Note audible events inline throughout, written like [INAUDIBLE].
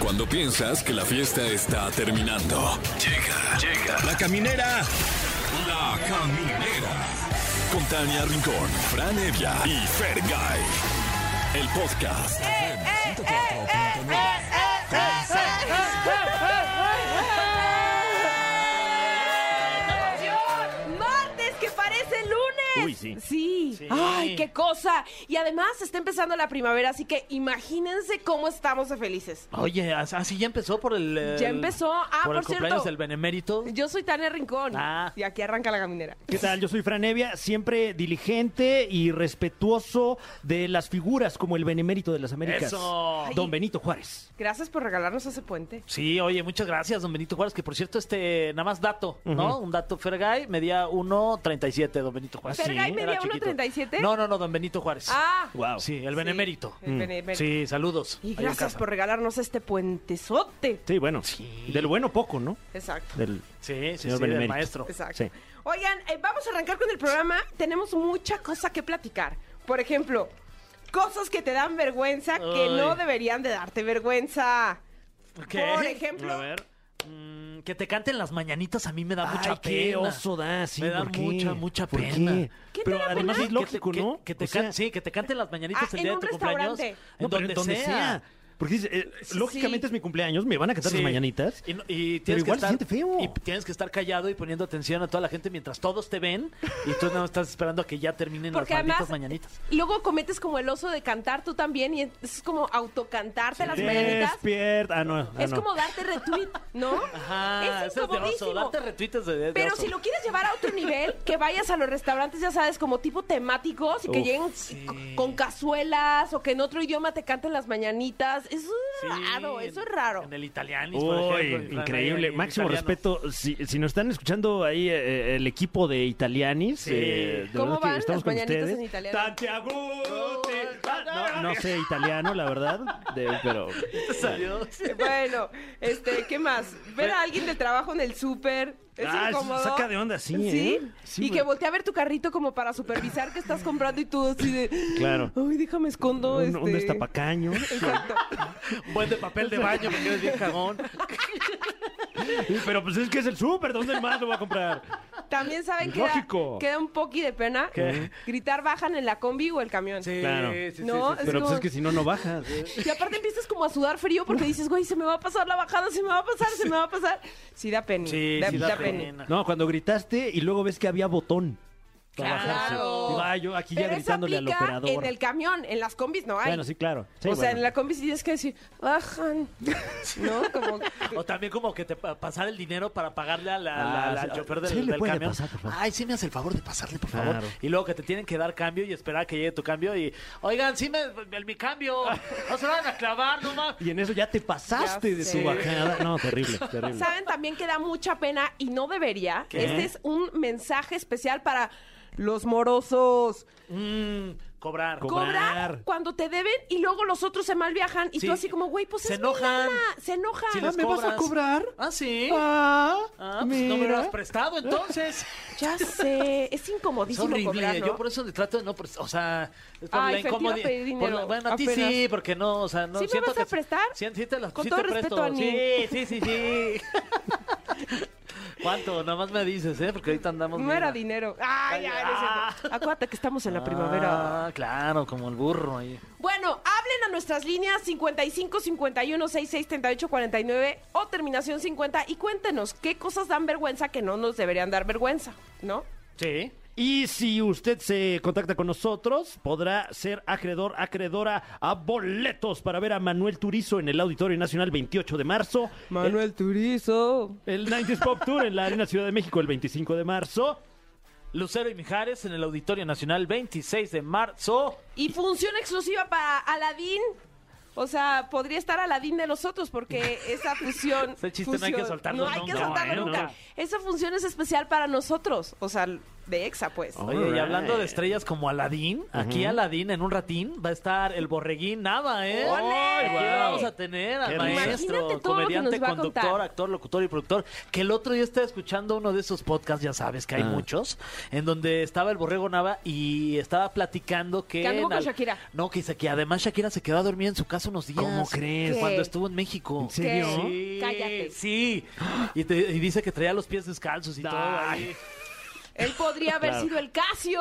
Cuando piensas que la fiesta está terminando. Llega, llega. La caminera. La caminera. Con Tania Rincón, Fran Evia y Fer El podcast. Martes que parece lunes. Uy, sí. Sí. Sí. Ay, qué cosa. Y además está empezando la primavera, así que imagínense cómo estamos de felices. Oye, as- así ya empezó por el. eh, Ya empezó. Ah, por el por cumpleaños cierto. del Benemérito. Yo soy Tania Rincón. Ah. Y aquí arranca la caminera. ¿Qué tal? Yo soy Franevia, siempre diligente y respetuoso de las figuras como el benemérito de las Américas. Eso. Don Benito Juárez. Gracias por regalarnos ese puente. Sí, oye, muchas gracias, don Benito Juárez, que por cierto, este, nada más dato, ¿no? Un dato Fergay, medía 1.37, don Benito Juárez. ¿Fergay Sí, medía era chiquito. 1.37? No, no, no, don Benito Juárez. Ah. Wow. Sí, el Benemérito. el Mm. benemérito. Sí, saludos. Y Ahí en gracias casa. por regalarnos este puentezote. Sí, bueno. Sí. Del bueno poco, ¿no? Exacto. Del Sí, Señor sí, sí, del Benemérito. maestro. Exacto. Sí. Oigan, eh, vamos a arrancar con el programa. Tenemos mucha cosa que platicar. Por ejemplo, cosas que te dan vergüenza que Ay. no deberían de darte vergüenza. Ok. Por ejemplo- A ver. mm, que te canten las mañanitas a mí me da mucha Ay, qué pena. oso da, sí, Me da ¿por qué? mucha, mucha ¿Por pena. qué? ¿Qué te Pero da pena? además Que es lógico, que, ¿no? Que te O sea, can- sí, que te canten las mañanitas Ah, el en día un de tu cumpleaños. restaurante. no, pero en donde sea. Porque dices, eh, lógicamente es mi cumpleaños, me van a cantar Sí. las mañanitas. Y, no- y tienes igual que se siente estar, feo. Y tienes que estar callado y poniendo atención a toda la gente mientras todos te ven y tú no estás esperando a que ya terminen Porque las malditas además, mañanitas. luego cometes como el oso de cantar tú también y es como autocantarte las mañanitas. Despierta. Ah, no. ah, Es no. como darte retweet, ¿no? Ajá, es eso es de oso. incomodísimo. Date retweets de, de Pero oso. si lo quieres llevar a otro nivel, que vayas a los restaurantes, ya sabes, como tipo temáticos y que Uf, lleguen c- con cazuelas o que en otro idioma te canten las mañanitas. Eso es Sí, raro, eso es en- raro. En el italiano, por Uy, ejemplo. increíble. en Máximo italiano. respeto. Si, si nos están escuchando ahí eh, el equipo de Italianis, Sí. eh, de ¿Cómo verdad que van estamos las con mañanitas ustedes. en italiano? Tantiaguti. Ah, No, no sé italiano, la verdad, de- pero ¿Te [LAUGHS] salió? [LAUGHS] Bueno, este, ¿qué más? Ver a alguien de trabajo en el súper. [LAUGHS] Es Ah, eso incómodo. saca de onda, sí, ¿eh? Sí, y que güey. voltea a ver tu carrito como para supervisar que estás comprando y tú así de. Claro. Ay, déjame escondo. un, este... un [LAUGHS] estapacaño. Exacto. Un Buen de papel de baño, porque eres bien cagón. Sí, pero pues es que es el súper, ¿dónde más lo voy a comprar? También saben que Lógico. da, que da un poqui de pena ¿Qué? gritar bajan en la combi o el camión. Sí, Claro. sí, sí, No, sí, sí. Pero pues como- es que si no, no bajas. Y aparte empiezas como a sudar frío porque dices, güey, se me va a pasar la bajada, se me va a pasar, se me va a pasar. Sí, da pena. Sí, sí da pena. No, cuando gritaste y luego ves que había botón. Para Claro. bajarse. Digo, ah, yo aquí ya Pero eso gritándole al aplica operador. en el camión, en las combis no hay. Bueno, sí, claro. Sí, o sea, bueno. en la combi sí tienes que decir, bajan. [LAUGHS] ¿No? Como... O también como que te pa- pasar el dinero para pagarle a la, Ah, la- la- sí. al chofer del, Sí, le del puede camión. pasar, por favor. Ay, sí me hace el favor de pasarle, por favor. Claro. Y luego que te tienen que dar cambio y esperar a que llegue tu cambio y, oigan, sí me, el- mi cambio, no se van a clavar, no más. Y en eso ya te pasaste Ya de sé. tu bajada. No, terrible, terrible. ¿Saben también que da mucha pena y no debería? Este es un mensaje especial para los morosos. Mm, cobrar. Co- Cobrar, Cobrar. cuando te deben y luego los otros se mal viajan y Sí. tú así como, güey, pues Se es mi enojan. lana, Se enojan. Si les ¿me vas a cobras. cobrar? Ah, sí. Ah, Ah, pues no me lo has prestado entonces. Ya sé, es Es incomodísimo horrible. cobrar, ¿no? Yo por eso le trato de no. pres- O sea, es por Ay, Fer, la te iba a incomodidad. pedir por dinero, bueno, a ti apenas. sí, porque no. O sea, no ¿Sí me siento vas a que- prestar? Sí, sí te las- Con sí todo te presto. respeto, Ani. Sí, sí, sí, sí. [LAUGHS] ¿Cuánto? Nada más me dices, ¿eh? Porque ahorita andamos. No mira. era dinero. Ay, ay, no es cierto. Acuérdate que estamos en la primavera. Ah, claro, como el burro ahí. Bueno, hablen a nuestras líneas 55 51 66 38 49 o terminación 50 y cuéntenos qué cosas dan vergüenza que no nos deberían dar vergüenza, ¿no? Sí. Y si usted se contacta con nosotros, podrá ser acreedor, acreedora a boletos para ver a Manuel Turizo en el Auditorio Nacional 28 de marzo. Turizo. El, el 90s Pop Tour en la Arena Ciudad de México el 25 de marzo. Lucero y Mijares en el Auditorio Nacional, 26 de marzo. Y función exclusiva para Aladín. O sea, podría estar Aladín de nosotros porque esa fusión... Ese chiste no hay que fusión- soltarlo No hay que nunca, soltarlo ¿eh? nunca. No. Esa función es especial para nosotros. O sea, de EXA, pues. Oye, y hablando de Alright. estrellas como Aladín, aquí Aladín en un ratín va a estar el borreguín Nava, ¿eh? ¡Ole! Aquí lo vamos a tener al Qué rico. maestro, Imagínate todo lo que comediante, nos va a conductor, contar. actor, locutor y productor, que el otro día estaba escuchando uno de esos podcasts, ya sabes que hay Ah. muchos, en donde estaba el borrego Nava y estaba platicando que... Que anduvo en con al- Shakira. No, que, se- que además Shakira se quedó a dormir en su casa unos días. ¿Cómo crees? ¿Qué? Cuando estuvo en México. ¿En serio? Sí, Cállate. Sí. Y, te- y dice que traía los pies descalzos y todo ahí. Él podría haber Claro. sido el Casio.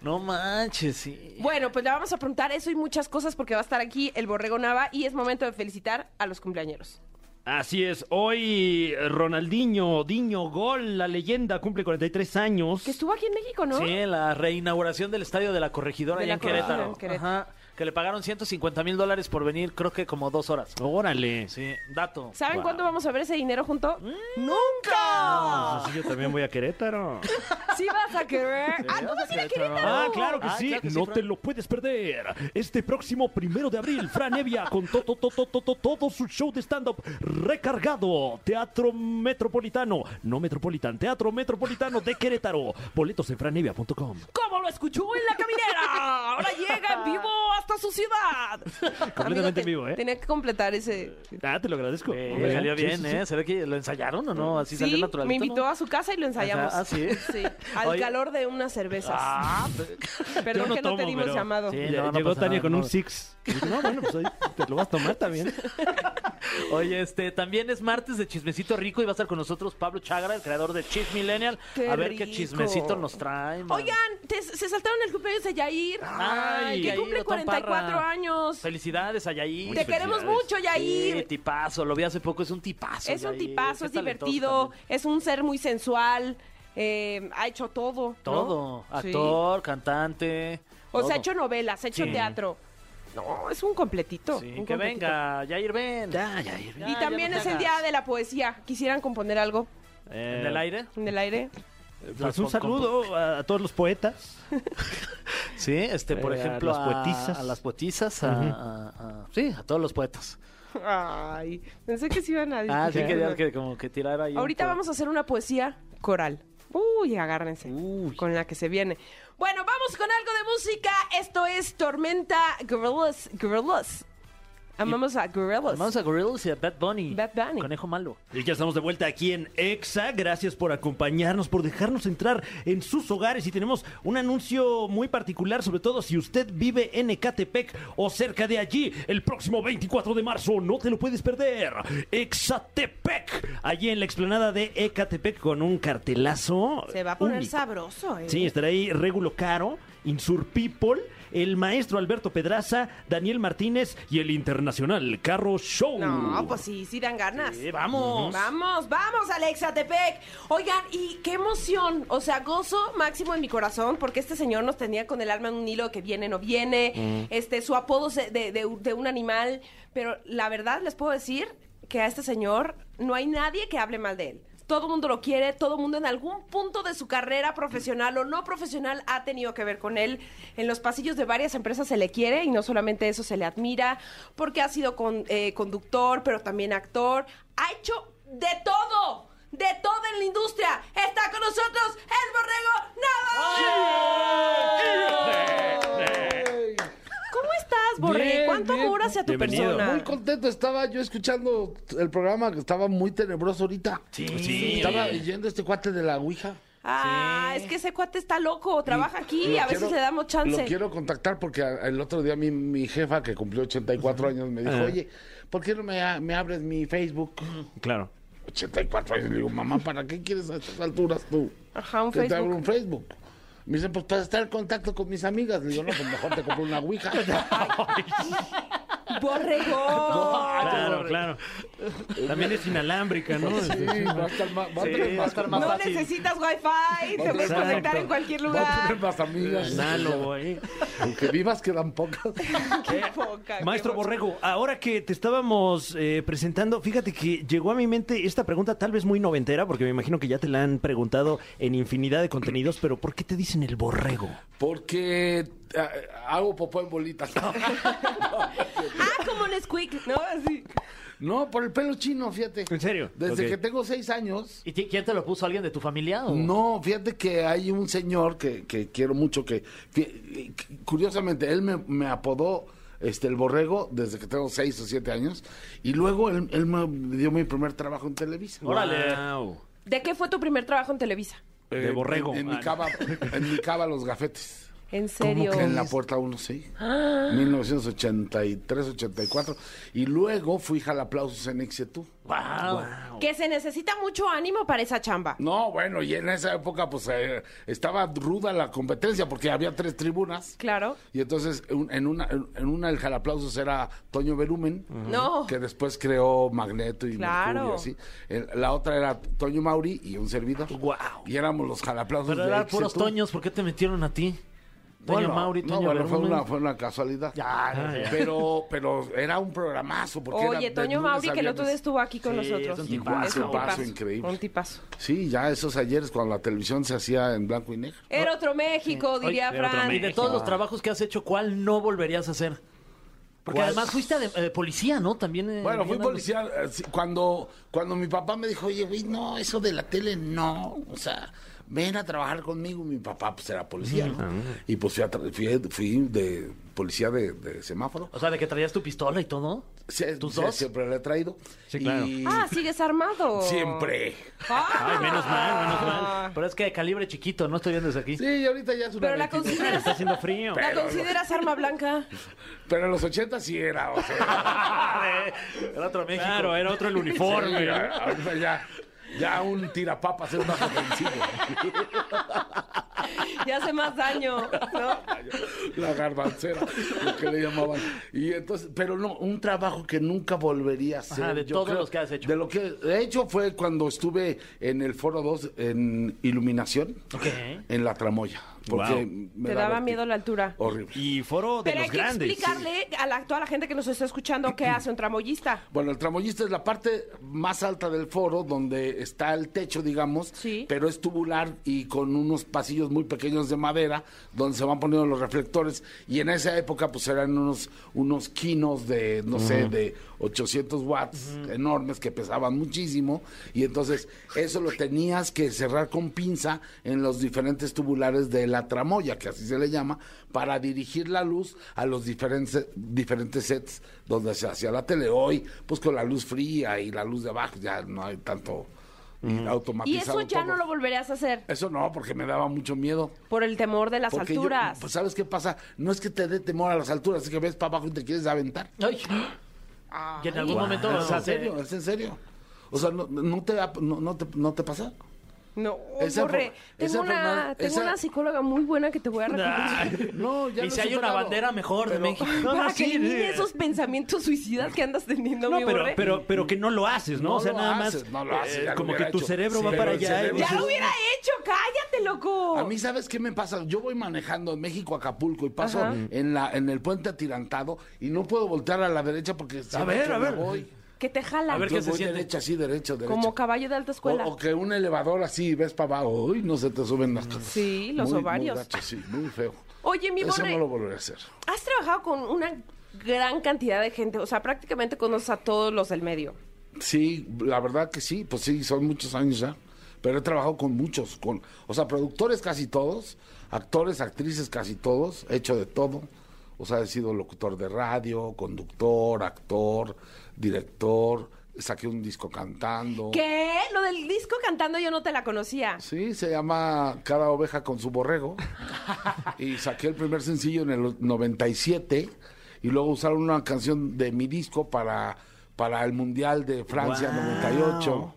No manches, sí. Bueno, pues le vamos a preguntar eso y muchas cosas porque va a estar aquí el Borrego Nava y es momento de felicitar a los cumpleañeros. Así es, hoy Ronaldinho, Diño, Gol, la leyenda, cumple 43 años. Que estuvo aquí en México, ¿no? Sí, en la reinauguración del estadio de la corregidora De allá la en Querétaro. Corregidora en Querétaro. Ajá, que le pagaron 150 mil dólares por venir, creo que como dos horas. Órale. Sí, dato. ¿Saben Wow. cuándo vamos a ver ese dinero junto? ¿Mm? No, ¡Nunca! pues sí, yo también voy a Quétaro. Sí vas a querer. Ah, no vas a ir a Querétaro. Ah, claro que Ah, sí, claro que sí, no Fran. te lo puedes perder. Este próximo primero de abril, Fran Evia con todo, todo, todo, todo, todo su show de stand-up recargado. Teatro Metropolitano, no Metropolitan, Teatro Metropolitano de Querétaro. Boletos en franevia.com. ¿Cómo lo escuchó en la caminera? [LAUGHS] Ahora llega en vivo hasta su ciudad. Amigo, te- en vivo, ¿eh? Tenía que completar ese. Ah, te lo agradezco. Eh, Hombre, salió sí, bien, sí, sí. ¿eh? ¿Se ve que lo ensayaron o no? Así salió sí, natural. me invitó a su casa y lo ensayamos. Ajá, [LAUGHS] ah, ¿sí? Al Oye. Ah, calor de unas cervezas. [LAUGHS] pues. Perdón Yo no que tomo, no te dimos pero- llamado. Sí. Ya no, no Llegó pasa Tania nada, con no. un six. Y dije, no, bueno, pues ahí te lo vas a tomar también. [LAUGHS] Oye, este, también es martes de Chismecito Rico y va a estar con nosotros Pablo Chagra, el creador de Chis Millennial. Qué a ver qué rico. chismecito nos trae. man. Oigan, te- se saltaron el cumpleaños de Yair. Ay, que Yair cumple Otón 44 Parra. años. Felicidades a Yair. Te queremos mucho, Yair. Sí, tipazo, lo vi hace poco, es un tipazo. es un Yair, tipazo, qué es talentoso divertido, también. es un ser muy sensual. eh, ha hecho todo. ¿no? Todo, Sí. actor, cantante. O sea, todo. ha hecho novelas, ha hecho Sí. teatro. No, es un completito. Sí, un que completito. venga, Yair, ven. Ya, ya, ya. Y ya también no es te el hagas. día de la poesía. ¿Quisieran componer algo ¿En el aire? en el aire? Eh, Pues un saludo a, a todos los poetas. Sí, este, por Eh, a ejemplo, las a poetisas. A, las poetisas, a, a- a- sí, a todos los poetas. [LAUGHS] Ay, pensé que se iban a Ah, sí, discutir. quería que pues. como que tirar ahí. un Ahorita po- vamos a hacer una poesía coral. Uy, agárrense. Uy. Con la que se viene. Bueno, vamos con algo de música. Esto es Tormenta Gorillas. Gorillas. Amamos a Gorillas. Vamos a Gorillaz y a Bad Bunny. Bad Bunny. Conejo malo. Y ya estamos de vuelta aquí en EXA. Gracias por acompañarnos, por dejarnos entrar en sus hogares. Y tenemos un anuncio muy particular, sobre todo si usted vive en Ecatepec o cerca de allí. El próximo 24 de marzo, no te lo puedes perder. Exatepec, allí en la explanada de Ecatepec con un cartelazo. Se va a poner único. sabroso. eh. Sí, estará ahí Regulo Caro, Insur People, el maestro Alberto Pedraza, Daniel Martínez y el internacional Carro Show. No, pues sí, sí dan ganas. Sí, vamos. Vamos, vamos, Alexa Tepec. Oigan, y qué emoción. O sea, gozo máximo en mi corazón porque este señor nos tenía con el alma en un hilo que viene, no viene. Este, su apodo se- de, de- de un animal. Pero la verdad les puedo decir que a este señor no hay nadie que hable mal de él. Todo mundo lo quiere, todo mundo en algún punto de su carrera profesional o no profesional ha tenido que ver con él. En los pasillos de varias empresas se le quiere y no solamente eso se le admira, porque ha sido con- eh, conductor, pero también actor. Ha hecho de todo, de todo en la industria. Está con nosotros el borrego Nava. ¿Cómo estás, Borre? Bien, ¿Cuánto bien. amor hacia tu Bienvenido. Muy persona? contento, estaba yo escuchando el programa que estaba muy tenebroso ahorita. Sí, Estaba leyendo este cuate de la Ouija. Ah, es que ese cuate está loco, trabaja aquí Lo a veces quiero- le damos chance. Lo quiero contactar porque a- el otro día mi, mi jefa, que cumplió 84 años, me dijo, oye, ¿por qué no me, a- me abres mi Facebook? Claro. 84 años. Le digo, mamá, ¿para qué quieres a estas alturas tú? Ajá, un que te abra Facebook. un Facebook. Me dicen, pues para estar en contacto con mis amigas. Le digo, no, pues mejor te compro una [LAUGHS] Ouija. Ah, ¡Borrego! Claro, claro. También es inalámbrica, ¿no? Sí, va a estar más, va a tener va a más, estar más No más, fácil. necesitas wifi, te puedes Exacto. conectar en cualquier va a lugar. tener más amigas. Análogo, ¿eh? Aunque vivas quedan pocas. Qué poca, qué Maestro poca. Borrego, ahora que te estábamos eh, presentando, fíjate que llegó a mi mente esta pregunta tal vez muy noventera, porque me imagino que ya te la han preguntado en infinidad de contenidos, pero ¿por qué te dicen el borrego? Porque ah, [LAUGHS] hago popó en bolitas. Ah, como Nesquik, ¿no? Así. No, por el pelo chino, fíjate. ¿En serio? Desde Ok. Oh. que tengo seis años. ¿Y ti- quién te lo puso? ¿Alguien de tu familia? o? No, fíjate que hay un señor que, que quiero mucho que, que- que- curiosamente él me, me apodó este el borrego desde que tengo seis o siete años y luego él, él me dio mi primer trabajo en Televisa. Órale. Wow. ¿De qué fue tu primer trabajo en Televisa? Ah, Eh, De borrego. En, en mi Ah, cava, en mi cava los gafetes. En serio. En la puerta 1, sí. Ah. 1983-84. Y luego fui jalaplausos en E Ixetú. Wow. Que se necesita mucho ánimo para esa chamba. No, bueno, y en esa época pues eh, estaba ruda la competencia porque había tres tribunas. Claro. Y entonces un- en una, en en una el jalaplausos era Toño Berumen, No. que después creó Magneto y Claro. Mercurio, así. El- la otra era Toño Mauri y un servidor. Guau. Y éramos los jalaplausos Pero de eran puros Ixetú. toños, ¿por qué te metieron a ti? Toño Bueno, Mauri, no, Toño bueno, fue Berumen. una, fue una casualidad. Ya, ya. Pero, pero era un programazo. Porque era Oye, de Toño lunes a Mauri, que el otro día viernes. estuvo aquí con Sí, nosotros. es un tipazo. Es un Tipazo, increíble. Un tipazo. Sí, ya esos ayeres cuando la televisión se hacía en blanco y negro. Era otro México, diría era otro Fran. Y de todos los trabajos que has hecho, ¿cuál no volverías a hacer? Porque ¿Cuál? además fuiste de, eh, policía, ¿no? También. eh, Bueno, fui bien- policía eh, sí, cuando, cuando mi papá me dijo, oye, güey, no, eso de la tele no, o sea, ven a trabajar conmigo. Mi papá pues era policía, Ah, ¿no? Y pues fui, a tra- fui, fui de policía de, de semáforo. O sea, de que traías tu pistola y todo. Se- ¿Tus se- dos? Siempre le he traído. Sí, claro. Y Ah, sigues armado. [LAUGHS] siempre. Ah. Ay, menos mal, menos mal. Pero es que de calibre chiquito, no estoy viendo desde aquí. Ah. Sí, y ahorita ya es una Pero la 22. consideras, Está haciendo [LAUGHS] frío. la consideras arma blanca. Pero en los 80 sí era, o sea. Era otro México. Claro, era otro el sí, uniforme. ya, ahorita ya, ya un tirapapas es más ofensivo. Y hace más daño, ¿no? La garbancera, lo que le llamaban. Y entonces, pero no, un trabajo que nunca volvería a hacer. Ajá, de yo todos creo. los que has hecho. De lo que he hecho fue cuando estuve en el Foro 2 en Iluminación, Ok. en la tramoya. Porque Wow. Te me daba daba vértigo. miedo la altura. Horrible. Y foro de Pero hay los que grandes. explicarle a la, toda la gente que nos está escuchando qué hace un tramoyista. Bueno, el tramoyista es la parte más alta del foro, donde está el techo, digamos, Sí. pero es tubular y con unos pasillos muy pequeños de madera, donde se van poniendo los reflectores. Y en esa época, pues eran unos, unos quinos de, no sé, de 800 watts enormes que pesaban muchísimo. Y entonces, eso lo tenías que cerrar con pinza en los diferentes tubulares de la tramoya, que así se le llama, para dirigir la luz a los diferentes, diferentes sets donde se hacía la tele. Hoy, pues con la luz fría y la luz de abajo, ya no hay tanto y Y automatizado. eso ya todo. no lo volverías a hacer Eso no, porque me daba mucho miedo. por el temor de las Porque yo- alturas. pues, ¿sabes qué pasa? No es que te dé temor a las alturas, es que ves para abajo y te quieres aventar. Ay. Que en algún momento. o ¿Es sea, Ah. en serio? ¿Es en serio? O sea, no, no te, ha- no, no te, no te pasa. no, esa borre. for- esa Tengo, una, forma- tengo esa- una psicóloga muy buena que te voy a recomendar. [LAUGHS] No, ya Y lo si he hay una superado. bandera mejor de Pero- [LAUGHS] México. No, Para no, que sí, elimine sí. esos pensamientos suicidas que andas teniendo, No, mi pero, borre. pero, pero que no lo haces, ¿no? No o sea, lo nada haces, más. no lo haces, eh, ya lo como que hubiera tu hecho. cerebro Sí, va pero para el allá. y cerebro- ¡Ya dices, lo hubiera hecho! ¡Cállate, loco! pues, eh, A mí, ¿sabes qué me pasa? Yo voy manejando en México, Acapulco, y paso Ajá. en la en el puente atirantado y no puedo voltear a la derecha porque siento ver, que a me ver. voy. Que te jala. A ver, Yo ¿qué se voy siente? derecha, sí, derecho, derecho. Como caballo de alta o, escuela. o que un elevador así y ves para abajo, uy, no se te suben las cosas. Mm. Sí, los Muy- ovarios. Muy gacho, sí, muy feo. Oye, mi Eso borre, no lo volveré a hacer. has trabajado con una gran cantidad de gente. O sea, prácticamente conoces a todos los del medio. Sí, la verdad que sí, pues sí, son muchos años ya. Pero he trabajado con muchos, con, o sea, productores casi todos, actores, actrices casi todos, he hecho de todo. O sea, he sido locutor de radio, conductor, actor, director, saqué un disco cantando. ¿Qué? Lo del disco cantando yo no te la conocía. Sí, se llama Cada oveja con su borrego. y saqué el primer sencillo en el 97 y luego usaron una canción de mi disco para, para el Mundial de Francia 98.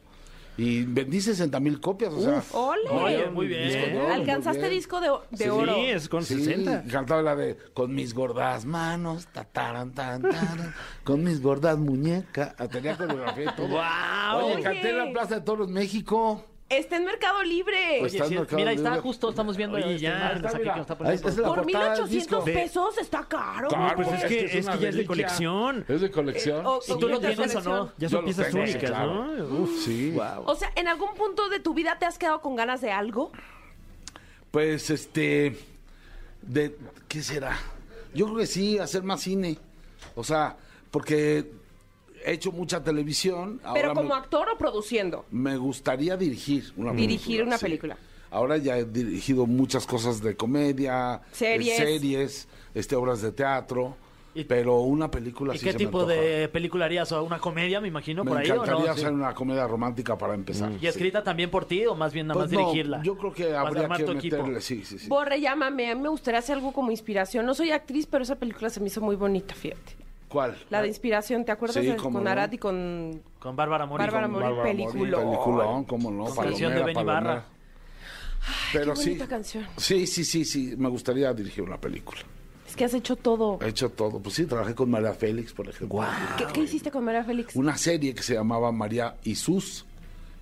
Y vendí 60 mil copias, o sea. Oh, ¡Ole! Oye, muy bien. Disco de oro, Alcanzaste muy bien. disco de, de Sí, oro. Sí, es con Sí, 60. y cantaba la de con mis gordas manos, tataran, tan, taran, con mis gordas muñecas. Ah, Tenía coreografía y todo. ¡Guau! pues Oye, Oye. canté en la Plaza de Toros México. Está en Mercado Libre. Pues, Oye, Está en sí, Mercado mira, ahí está Libre. justo, estamos viendo Oye, este, ya, imágenes está, aquí mira. que está Ahí está poniendo. la Por portada del 1800 disco. pesos está caro. Claro, güey. pues es que- es una que ya es de reliquia. colección. Es de colección. Eh, o- Sí. o- ¿Y tú lo Oye, tienes o no? selección. Ya Yo son lo piezas tengo, sí, únicas, claro. ¿no? Uf, sí. O sea, ¿en algún punto de tu vida te has quedado con ganas de algo? Pues este de qué será? Yo creo que sí hacer más cine. O sea, porque he hecho mucha televisión. Pero ahora como me- actor o produciendo. me, gustaría dirigir una Dirigir una sí. película. Ahora ya he dirigido muchas cosas de comedia, eh, Series. series, este, obras de teatro, ¿Y- pero una película ¿Y sí qué se me tipo antoja. de película harías? ¿O ¿Una comedia, me imagino, Me por ahí? ¿o encantaría no? Sí. Mm. hacer una comedia romántica para empezar. ¿Y escrita también por ti o más bien nada Pues más no, dirigirla? Yo creo que Vas a habría armar que tu equipo. meterle, sí, sí, sí. Borre, llámame. A mí me gustaría hacer algo como inspiración. No soy actriz, pero esa película se me hizo muy bonita, fíjate. ¿Cuál? La de inspiración, ¿te acuerdas? Ah, Sí, de- cómo con no. Arad y con... Con Bárbara Mori. Bárbara Mori. Bárbara Mori, peliculón. peliculón, cómo no, Con canción Palomera, de Benny Barra. Palomera. Pero qué sí. bonita canción. Sí, sí, sí, sí, me gustaría dirigir una película. Es que has hecho todo. He hecho todo. Pues sí, trabajé con María Félix, por ejemplo. ¿Qué, qué hiciste con María Félix? Una serie que se llamaba María y Sus.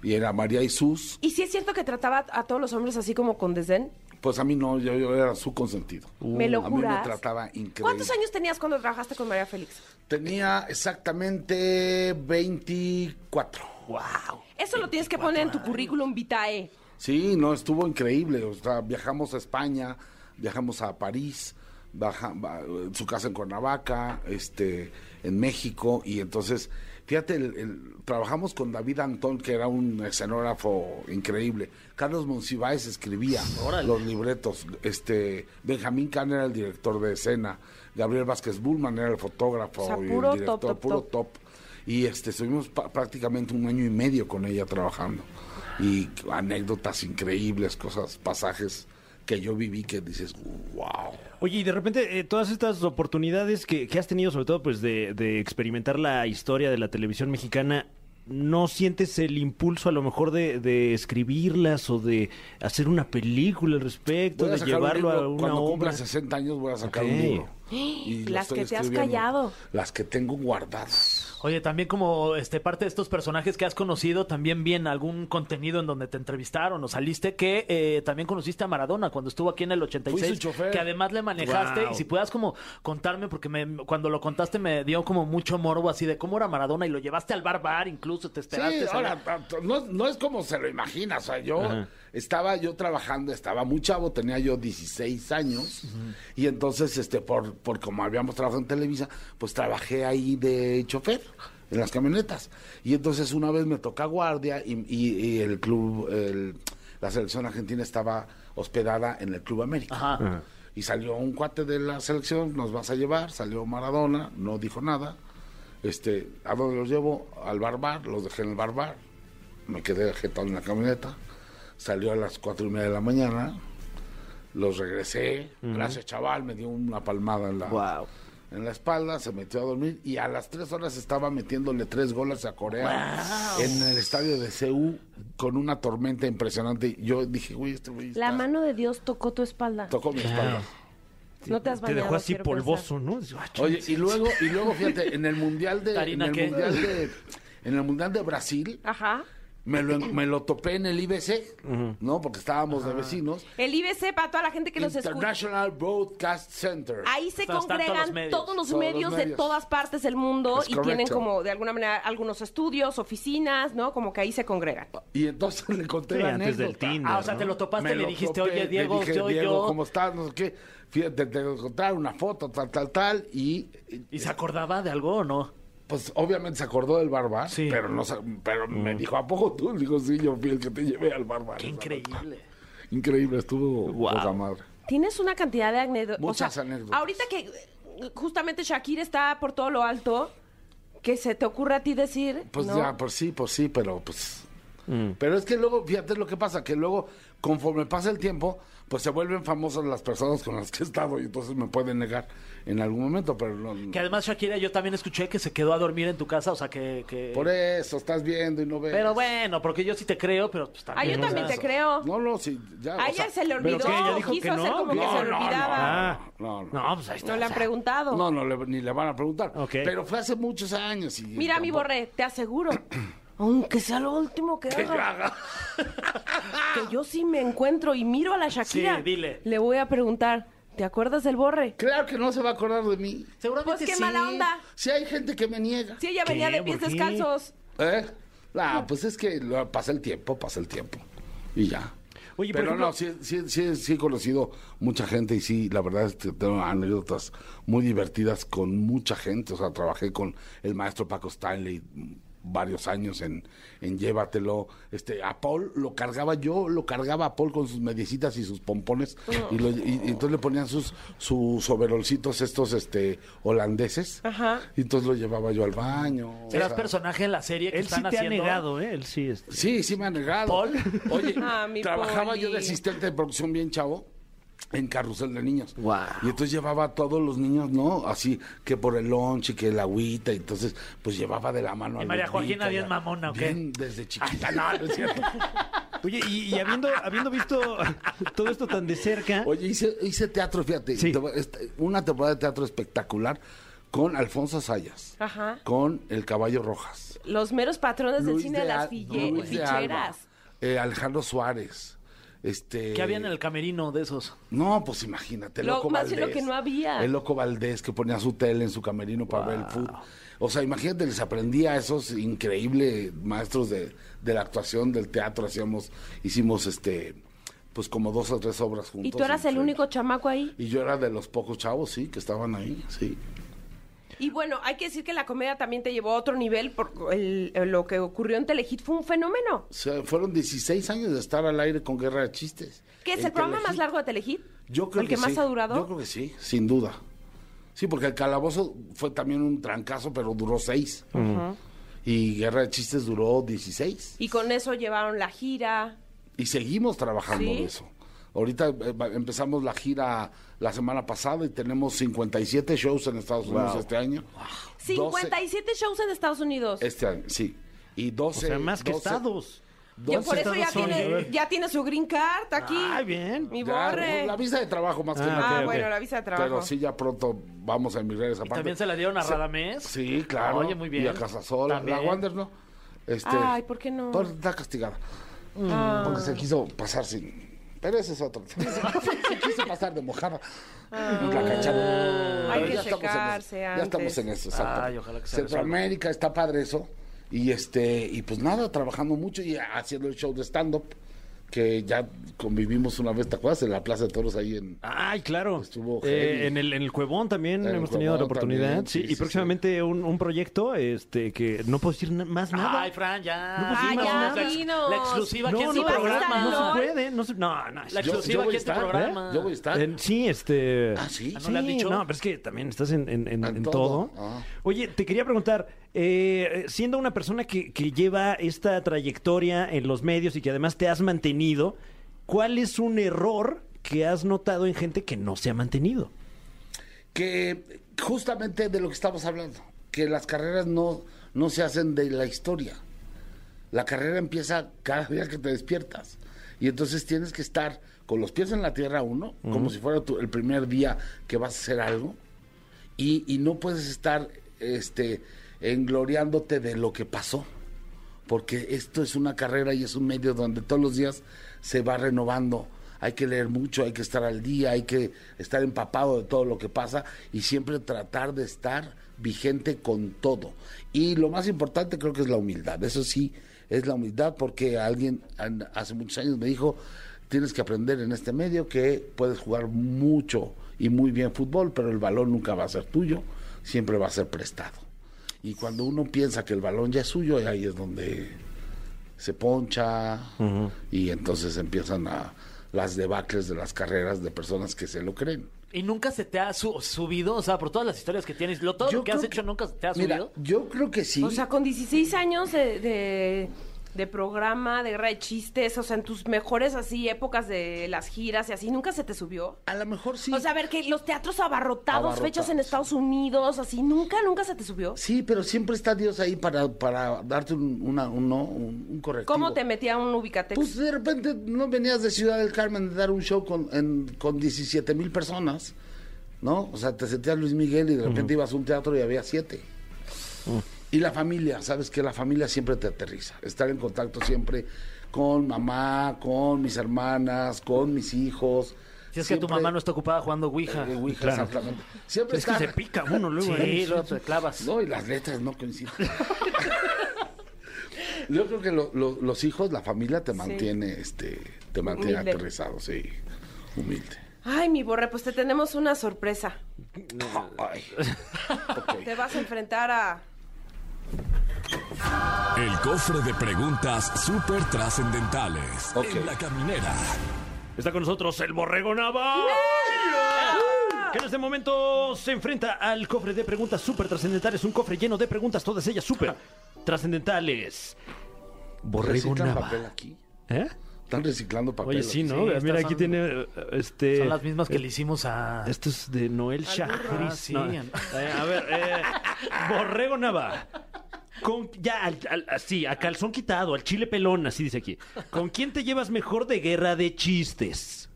Y era María y Sus. ¿Y si es cierto que trataba a todos los hombres así como con desdén? Pues a mí no, yo, yo era su consentido. Uh. ¿Me lo a mí me juras? trataba increíble. ¿Cuántos años tenías cuando trabajaste con María Félix? Tenía exactamente 24. Eso lo tienes que poner en tu currículum vitae. Sí, no, estuvo increíble. O sea, viajamos a España, viajamos a París, baja- ba- en su casa en Cuernavaca, este, en México. Y entonces, fíjate, el- el- trabajamos con David Antón, que era un escenógrafo increíble. Carlos Monsiváis escribía los libretos. Este, Benjamín Can era el director de escena. Gabriel Vázquez Bullman era el fotógrafo O sea, y el puro top, director, top, puro top. top. Y este, estuvimos pa- prácticamente un año y medio con ella trabajando. Y anécdotas increíbles, cosas, pasajes que yo viví que dices, wow. Oye, y de repente eh, todas estas oportunidades que, que has tenido, sobre todo pues de, de experimentar la historia de la televisión mexicana, ¿no sientes el impulso a lo mejor de, de escribirlas o de hacer una película al respecto, Voy de a sacar un llevarlo a libro. una Cuando cumpla obra? 60 años voy a sacar Ok. un [GASPS] libro. Y lo Las estoy que te has escribiendo. callado. Las que tengo guardadas. Oye, también como este parte de estos personajes que has conocido, también vi en algún contenido en donde te entrevistaron o saliste que eh, también conociste a Maradona cuando estuvo aquí en el 86, Fui su chofer. que además le manejaste Wow. y si puedas como contarme porque me, cuando lo contaste me dio como mucho morbo así de cómo era Maradona y lo llevaste al bar bar incluso te Sí, esperaste. ¿sabes? ahora, tanto- no, no es como se lo imagina. O sea, yo estaba yo trabajando, estaba muy chavo, tenía yo 16 años. Y entonces, este, por, por como habíamos trabajado en Televisa, pues trabajé ahí de chofer en las camionetas. Y entonces una vez me toca guardia y, y- y el club, el- la selección argentina estaba hospedada en el Club América. Ajá. Y salió un cuate de la selección, nos vas a llevar, salió Maradona, no dijo nada. Este, ¿a dónde los llevo? Al barbar, los dejé en el barbar. Me quedé jetón en la camioneta. Salió a las cuatro y media de la mañana. Los regresé. Gracias, chaval. Me dio una palmada en la, Guau. en la espalda. Se metió a dormir. Y a las tres horas estaba metiéndole tres goles a Corea en el estadio de Seúl con una tormenta impresionante. Yo dije, güey, este güey La está- mano de Dios tocó tu espalda. tocó mi espalda. no te has Te bañado. dejó así quiero pensar. polvoso, ¿no? Dices, "Ah, Oye, y luego, y luego fíjate, en el mundial de, en Tarina, el ¿qué? mundial de, en el mundial de Brasil, Ajá. me lo, me lo topé en el IBC, ¿no? Porque estábamos de vecinos. El IBC para toda la gente que nos escucha. International Broadcast Center. Ahí se O sea, están congregan todos los medios. todos los Todos los medios de medios. todas partes del mundo Es y tienen correcto. como de alguna manera algunos estudios, oficinas, ¿no? Como que ahí se congregan. Y entonces [LAUGHS] le conté Sí, la antes del anécdota. Tinder, Ah, o sea, ¿no? te lo topaste Me y le lo dijiste, topé, oye, le Diego, dije, yo, Diego, yo. ¿cómo estás? No sé qué. Fíjate, te encontraron una foto, tal, tal, tal, y... ¿Y se acordaba de algo o no? Pues obviamente se acordó del barba, Sí. pero no sa- pero me dijo, ¿a poco tú? Digo, sí, yo fui el que te llevé al barba. Qué increíble. Increíble, estuvo Wow. poca madre. Tienes una cantidad de anécdotas. Muchas anécdotas. Ahorita que eh, justamente Shakira está por todo lo alto, que se te ocurre a ti decir. Pues ¿no? ya, por sí, por sí, pero pues... Pero es que luego, fíjate lo que pasa, que luego, conforme pasa el tiempo, pues se vuelven famosas las personas con las que he estado y entonces me pueden negar en algún momento, pero no... Que además Shakira yo también escuché que se quedó a dormir en tu casa, o sea que... que- Por eso, estás viendo y no ves. Pero bueno, porque yo sí te creo, pero pues Ah, yo también... también o te sea, creo. No, no, sí, ya... a o ella sea, se le olvidó, pero- ¿qué? ¿Ella dijo quiso que hacer no? como que No, se le no, olvidaba. No, Ah, No, no. No, pues ahí está. le han preguntado. No, no le- ni le van a preguntar. Ok. Pero fue hace muchos años. Y Mira, mi tampoco- borré, te [CLEARS THROAT] aseguro. Aunque sea lo último que, Que yo haga, haga. que yo sí me encuentro y miro a la Shakira. Sí, dile. Le voy a preguntar, ¿te acuerdas del borre? [LAUGHS] Claro que no se va a acordar de mí. Seguramente Pues qué sí. mala onda. Si hay gente que me niega. Si ella ¿Qué? venía de pies ¿Por qué? descalzos. Ah, ¿Eh? Nah, pues es que lo- pasa el tiempo, pasa el tiempo. Y ya. Oye, por Pero ejemplo- no, sí, sí, sí, sí he conocido mucha gente y sí, la verdad es que tengo anécdotas muy divertidas con mucha gente. O sea, trabajé con el maestro Paco Stanley mm, varios años en, en Llévatelo. Este, a Paul lo cargaba yo, lo cargaba a Paul con sus mediecitas y sus pompones. Y, lo- y- y entonces le ponían sus, sus overolcitos estos este, holandeses. Ajá. Y entonces lo llevaba yo al baño. o Serás sea, personaje en la serie que Él sí están te ha haciendo. negado, ¿eh? Él sí. es- Sí, sí me han negado. Paul. Oye, [LAUGHS] Ah, mi trabajaba Poli. yo de asistente de producción bien chavo en carrusel de niños. Guau. Y entonces llevaba a todos los niños, ¿no? Así que por el lunch y que el agüita, y entonces pues llevaba de la mano a María Lupita, Joaquina bien a- mamona, ¿o qué? Bien [LAUGHS] desde chiquita, no, no es cierto. Oye, y, y habiendo, habiendo visto [LAUGHS] todo esto tan de cerca, Oye, hice, hice teatro, fíjate, Sí. te voy- este, una temporada de teatro espectacular con Alfonso Sayas, Ajá. con El Caballo Rojas. Los meros patrones del Luis cine de de las Al- fille- Luis de ficheras. Alba, eh, Alejandro Suárez. Este, ¿Qué había en el camerino de esos? No, pues imagínate, el Lo- Loco más Valdés. bien lo que no había. El Loco Valdés que ponía su tele en su camerino para ver el fútbol. O sea, imagínate, les aprendí a esos increíbles maestros de, de la actuación, del teatro. Hacíamos, hicimos este, pues como dos o tres obras juntos. Y tú eras el enfrente. único chamaco ahí. Y yo era de los pocos chavos, sí, que estaban ahí, sí. Y bueno, hay que decir que la comedia también te llevó a otro nivel. Por el- eh, lo que ocurrió en Telehit fue un fenómeno. O sea, fueron 16 años de estar al aire con Guerra de Chistes. ¿Qué es el, En programa más Telehit. largo de Telehit? Yo creo ¿El que, más sí. ha durado? Yo creo que sí, sin duda. Sí, porque el calabozo fue también un trancazo, pero duró seis. Y Guerra de Chistes duró 16. Y con eso llevaron la gira. Y seguimos trabajando ¿Sí? en eso. Ahorita eh, va- empezamos la gira la semana pasada y tenemos 57 shows en Estados Unidos este año. 57 shows en Estados Unidos. Este año, sí. Y 12. o sea, más que 12 estados. Ya por eso ya Estados Unidos. tiene, ya tiene su green card aquí. Ah, bien. Mi Ya, borre. la visa de trabajo más que Ah, nada. ah, ok, ok. bueno, la visa de trabajo. Pero sí, ya pronto vamos a emigrar esa Y parte. también se la dieron a Radamés. Sí, claro. Oye, muy bien. Y a Casasola. También. La Wander no. Este, Ay, ¿por Mm. qué no? Por- Está castigada. Porque se quiso pasar sin. Pero ese es otro. [LAUGHS] Se quiso pasar de mojarra. Y la cacharon. Ah. Hay Pero que ya estamos en eso, checarse Ya antes. estamos en eso, exacto. Ay, ojalá que se Centroamérica está padre eso. Y este, y pues nada, trabajando mucho y haciendo el show de stand-up. Que ya convivimos una vez, ¿te acuerdas? En la Plaza de Toros ahí en. Ah, Ay, claro. Estuvo Eh, heavy. en, el, en el Cuevón también En el hemos tenido la Cuevón oportunidad. también, sí, sí, y sí, próximamente Un, un proyecto este que no puedo decir na- más nada. Ay, Fran, ya. No, pues, sí, Ah, más ya, nada. La ex- dinos. La exclusiva no, aquí en sí tu no, vas a programa. estar, no se ¿no? puede. No, se- no, no. La yo- exclusiva aquí voy a en tu estar, ¿eh? programa. Yo voy a estar. en- sí, este. Ah, sí. Ah, ¿no le han Sí, dicho? no, pero es que también estás en, en- en- En en todo. todo. Ah. Oye, te quería preguntar, eh, siendo una persona que, que lleva esta trayectoria en los medios y que además te has mantenido, ¿cuál es un error que has notado en gente que no se ha mantenido? que justamente de lo que estamos hablando, que las carreras no, no se hacen de la historia. La carrera empieza cada día que te despiertas. Y entonces tienes que estar con los pies en la tierra uno, como si fuera tu- el primer día que vas a hacer algo, y, y no puedes estar este, engloriándote de lo que pasó porque esto es una carrera y es un medio donde todos los días se va renovando. Hay que leer mucho, hay que estar al día, hay que estar empapado de todo lo que pasa y siempre tratar de estar vigente con todo. Y lo más importante creo que es la humildad. Eso sí, es la humildad porque alguien an- hace muchos años me dijo, tienes que aprender en este medio que puedes jugar mucho y muy bien fútbol, pero el balón nunca va a ser tuyo, siempre va a ser prestado. Y cuando uno piensa que el balón ya es suyo, ahí es donde se poncha y entonces empiezan a las debacles de las carreras de personas que se lo creen. Y nunca se te ha su- subido, o sea, por todas las historias que tienes, lo todo lo que has creo hecho nunca te ha Mira, subido. yo creo que sí. O sea, con 16 años de, de, de programa, de guerra de chistes, o sea, en tus mejores así épocas de las giras y así, ¿nunca se te subió? a lo mejor sí. O sea, a ver, que los teatros abarrotados, Abarrotados. fechas en Estados Unidos, así, ¿nunca, nunca se te subió? sí, pero siempre está Dios ahí para, para darte un, una- un no, un, un correctivo. ¿Cómo te metía un ubicatex? Pues de repente no venías de Ciudad del Carmen de dar un show con, en- con 17 mil personas, ¿no? O sea, te sentías Luis Miguel y de repente ibas a un teatro y había siete. Y la familia, sabes que la familia siempre te aterriza. Estar en contacto siempre con mamá, con mis hermanas, con mis hijos. Si es que tu Siempre- mamá no está ocupada jugando Ouija. Eh, Ouija, Claro. exactamente. Siempre Es que está- se pica uno luego. Sí, ¿eh? luego te clavas. no, y las letras no coinciden. [LAUGHS] Yo creo que lo- lo- los hijos, la familia te mantiene, este, te mantiene Humilde. aterrizado, sí. Humilde. Ay, mi borre, pues te tenemos una sorpresa. Ay. Ok. Te vas a enfrentar a. El cofre de preguntas súper trascendentales Ok. en la caminera. Está con nosotros el Borrego Nava. Que en este momento se enfrenta al cofre de preguntas súper trascendentales. Un cofre lleno de preguntas, todas ellas súper trascendentales. Borrego ¿Reciclan Nava. papel aquí? ¿Eh? Están reciclando papel. Oye, sí, aquí. ¿no? Sí, Mira, estas aquí son- tiene. eh, Este, Son las mismas que le hicimos a... Esto es de Noel burro. Shahriz. Ah, sí. No, eh, a ver, eh, Borrego Nava. Con- ya, al- al- así, a calzón quitado, al chile pelón, así dice aquí. ¿Con quién te llevas mejor de guerra de chistes?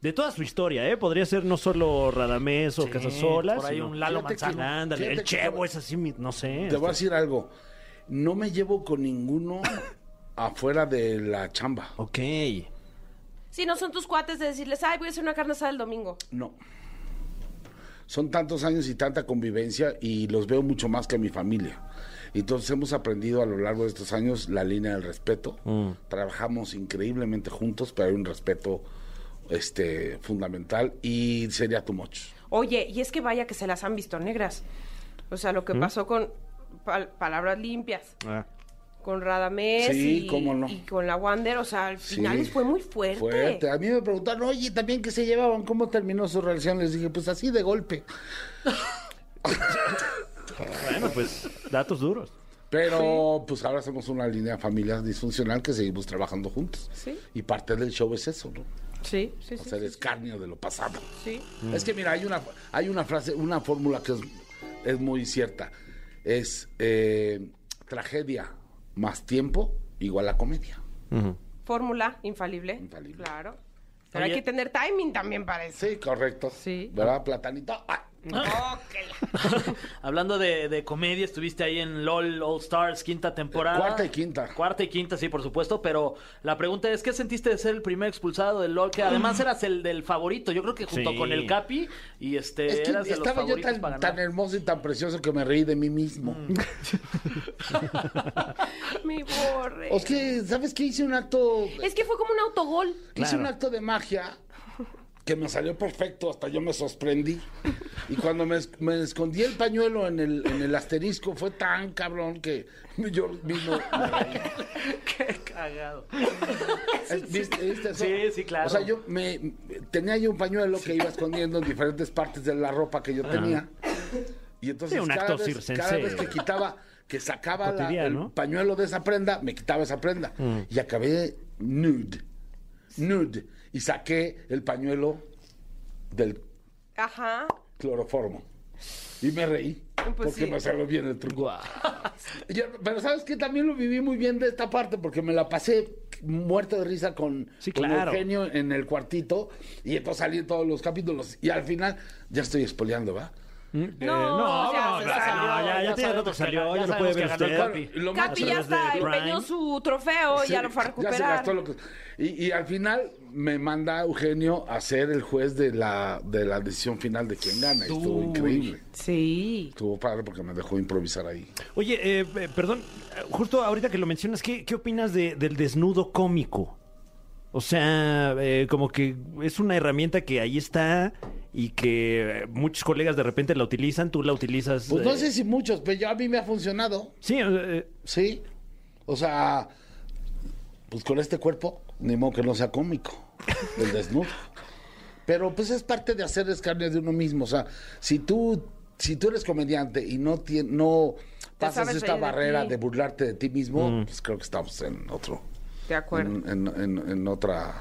De toda su historia, ¿eh? Podría ser no solo Radamés o Sí, Casasolas. Por ahí sino- un Lalo Fíjate que- Manzano. Ándale, Fíjate el que Chevo te va- es así, mi- no sé. Te voy a este- decir algo. No me llevo con ninguno [COUGHS] afuera de la chamba. Ok. Si no son tus cuates de decirles, ay, voy a hacer una carne asada el domingo. No. Son tantos años y tanta convivencia y los veo mucho más que a mi familia. Entonces hemos aprendido a lo largo de estos años la línea del respeto. Trabajamos increíblemente juntos, pero hay un respeto este fundamental y sería tu mocho. Oye, y es que vaya que se las han visto negras. O sea, ¿Mm? lo que pasó con pal- palabras limpias, Ah. con Radamés Sí, y, cómo no. y con la Wander, o sea, al Sí. final les fue muy fuerte. Fuerte. A mí me preguntaron, oye, también que se llevaban, ¿cómo terminó su relación? Les dije, pues así de golpe. Bueno, pues, datos duros. Pero pues ahora somos una línea de familias disfuncional que seguimos trabajando juntos. Sí. Y parte del show es eso, ¿no? Sí, sí, sí. Hacer escarnio de lo pasado. sí. Es que mira, hay una, hay una frase, una fórmula que es, es muy cierta. Es eh, tragedia más tiempo igual a comedia. Fórmula infalible. Infalible. Claro. Pero hay Oye. que tener timing también para eso. Sí, correcto. Sí. ¿Verdad, platanito? Ah, Ay. [LAUGHS] [LAUGHS] Hablando de, de comedia, estuviste ahí en LOL All Stars, quinta temporada. Cuarta y quinta. Cuarta y quinta, sí, por supuesto. Pero la pregunta es, ¿qué sentiste de ser el primer expulsado del LOL? Que además Mm. eras el del favorito. Yo creo que junto Sí. con el Capi y este, Es eras que de los estaba yo favoritos tan, para tan ganar. Mm. hermoso y tan precioso que me reí de mí mismo. Mi borre. Es que, ¿sabes qué? Hice un acto. Es que fue como un autogol. Hice un acto de magia que me salió perfecto, hasta yo me sorprendí. Y cuando me, es- me escondí el pañuelo en el, en el asterisco, fue tan cabrón que yo mismo. me reí. [LAUGHS] Qué cagado. Es- ¿Viste, viste eso? Sí, sí, claro. O sea, yo me, me- tenía yo un pañuelo que iba escondiendo en diferentes partes de la ropa que yo tenía. Y entonces Sí, un cada, acto vez, circense. cada vez que quitaba, que sacaba la- el Cotidiano. Mm. pañuelo de esa prenda, me quitaba esa prenda. Y acabé nude. Nude. Y saqué el pañuelo del Ajá. cloroformo. Y me reí. Pues porque sí. me salió bien el truco. [LAUGHS] Yo- pero sabes que también lo viví muy bien de esta parte, porque me la pasé muerto de risa con, Sí, con claro. Eugenio en el cuartito. Y entonces salí en todos los capítulos. Y al final, ya estoy espoleando, ¿va? No, Eh, no, ya se no, salió, no, ya, ya, ya tiene sabemos rato que salió, ganó, ya, ya lo puede sabemos que ver ganó el usted. Capi. Lo más- Capi ya través de está, Prime. empeñó su trofeo, Sí, ya lo fue a ya se recuperar. gastó lo que- y, y al final me manda Eugenio a ser el juez de la, de la decisión final de quién gana. Y estuvo increíble. Sí. Estuvo padre porque me dejó improvisar ahí. Oye, eh, eh, perdón, eh, justo ahorita que lo mencionas, ¿qué, qué opinas de- del desnudo cómico? O sea, eh, como que es una herramienta que ahí está y que eh, muchos colegas de repente la utilizan, tú la utilizas. Pues no eh, sé si muchos, pero yo- a mí me ha funcionado. Sí, eh, Sí. O sea, pues con este cuerpo, ni modo que no sea cómico, el desnudo. Pero pues es parte de hacer escarnio de uno mismo. O sea, si tú, si tú eres comediante y no, tien- no Te pasas sabes esta reír de barrera ti. de, burlarte de ti mismo, pues creo que estamos en otro. De acuerdo. En, en- en- en otra.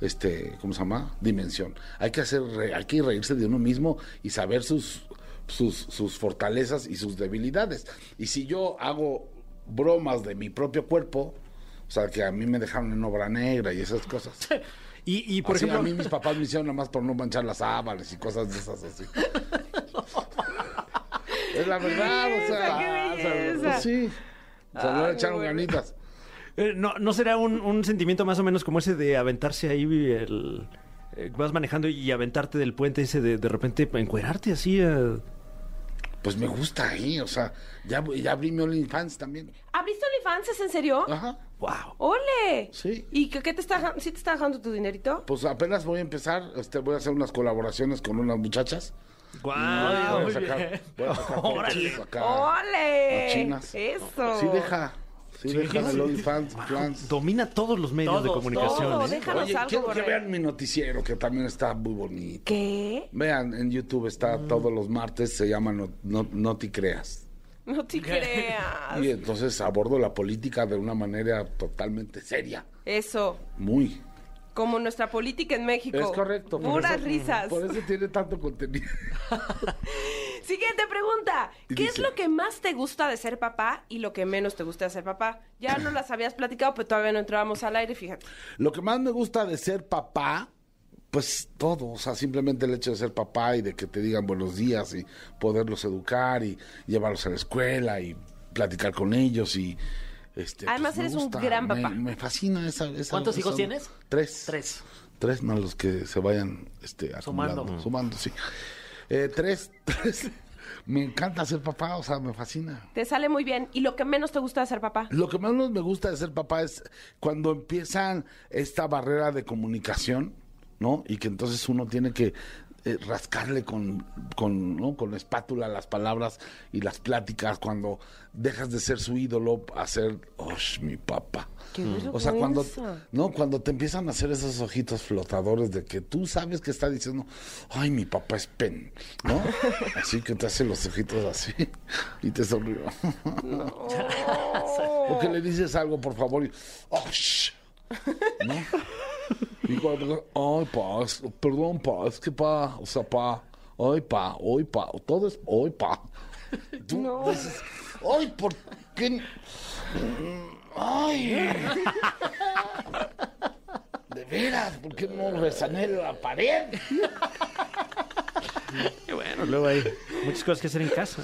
Este, ¿cómo se llama? Dimensión. Hay que hacer, re- hay que reírse de uno mismo y saber sus, sus, sus fortalezas y sus debilidades. Y si yo hago bromas de mi propio cuerpo, o sea, que a mí me dejaron en obra negra y [LAUGHS] esas cosas. y, y, por Así, ejemplo, a mí mis papás me hicieron nomás por no manchar las sábanas y cosas de [LAUGHS] esas así. es la verdad, o sea. ¡Qué belleza! pues sí. O sea, no Ay, le echaron bueno. ganitas. eh, no, ¿no será un, un sentimiento más o menos como ese de aventarse ahí el... eh, Vas manejando y aventarte del puente ese de de repente encuerarte así. eh, Pues me gusta ahí, o sea, ya, ya abrí mi OnlyFans también. ¿Abriste fans? ¿Es en serio? Ajá. Wow. ¡Ole! Sí. ¿Y qué, qué te está ja- sí te está dejando tu dinerito? Pues apenas voy a empezar, este, voy a hacer unas colaboraciones con unas muchachas. Wow. voy a sacar, voy a sacar fotos Ah, [LAUGHS] Órale. acá ¡Ole! a chinas. Eso. Sí deja, sí, deja sí. el OnlyFans, plans. Domina todos los medios de Todos, comunicación. todo, ¿eh? déjanos Oye, algo, quiero que Borre. vean mi noticiero, que también está muy bonito. ¿Qué? Vean, en YouTube está todos los martes, se llama No, No- No te creas. No te creas. Y entonces abordo la política de una manera totalmente seria, Eso. muy. Como nuestra política en México. Es correcto. por Puras eso- risas. Por eso tiene tanto contenido. [LAUGHS] Siguiente pregunta. Y ¿Qué es dice- lo que más te gusta de ser papá y lo que menos te gusta de ser papá? Ya no las habías platicado, pero todavía no entrábamos al aire, fíjate. [LAUGHS] Lo que más me gusta de ser papá, pues todo, o sea, simplemente el hecho de ser papá y de que te digan buenos días y poderlos educar y llevarlos a la escuela y platicar con ellos y... Este, Además, me eres un gusta, gran me- papá. Me, fascina esa... esa- ¿Cuántos hijos esa- tienes? Tres. Tres. Tres más los que se vayan este, Sumando. acumulando, Sumando. sí. Eh, tres, [LAUGHS] tres. Me encanta ser papá, o sea, me fascina. Te sale muy bien. ¿Y lo que menos te gusta de ser papá? Lo que más nos- me gusta de ser papá es cuando empiezan esta barrera de comunicación, ¿no? Y que entonces uno tiene que eh, rascarle con, con, ¿no? con espátula las palabras y las pláticas, cuando dejas de ser su ídolo a ser, oh, mi papá. Qué o sea, cuando, vergüenza. no, cuando te empiezan a hacer esos ojitos flotadores de que tú sabes que está diciendo, ay, mi papá es pen, [LAUGHS] ¿no? Así que te hace los ojitos así y te sonrió. O que le dices algo, por favor, y. ¡Oh, shh! Né? ¿No? Y cuando- Ay, pa, es- perdón, pa, es é que pa, o sea, pa, ay, pa, hoy, pa, todo es hoy, pa. Tú dices, ay, ¿por qué? n- Ay. De veras, ¿por qué no resané la pared? Y bueno, luego hay muchas cosas que hacer en casa.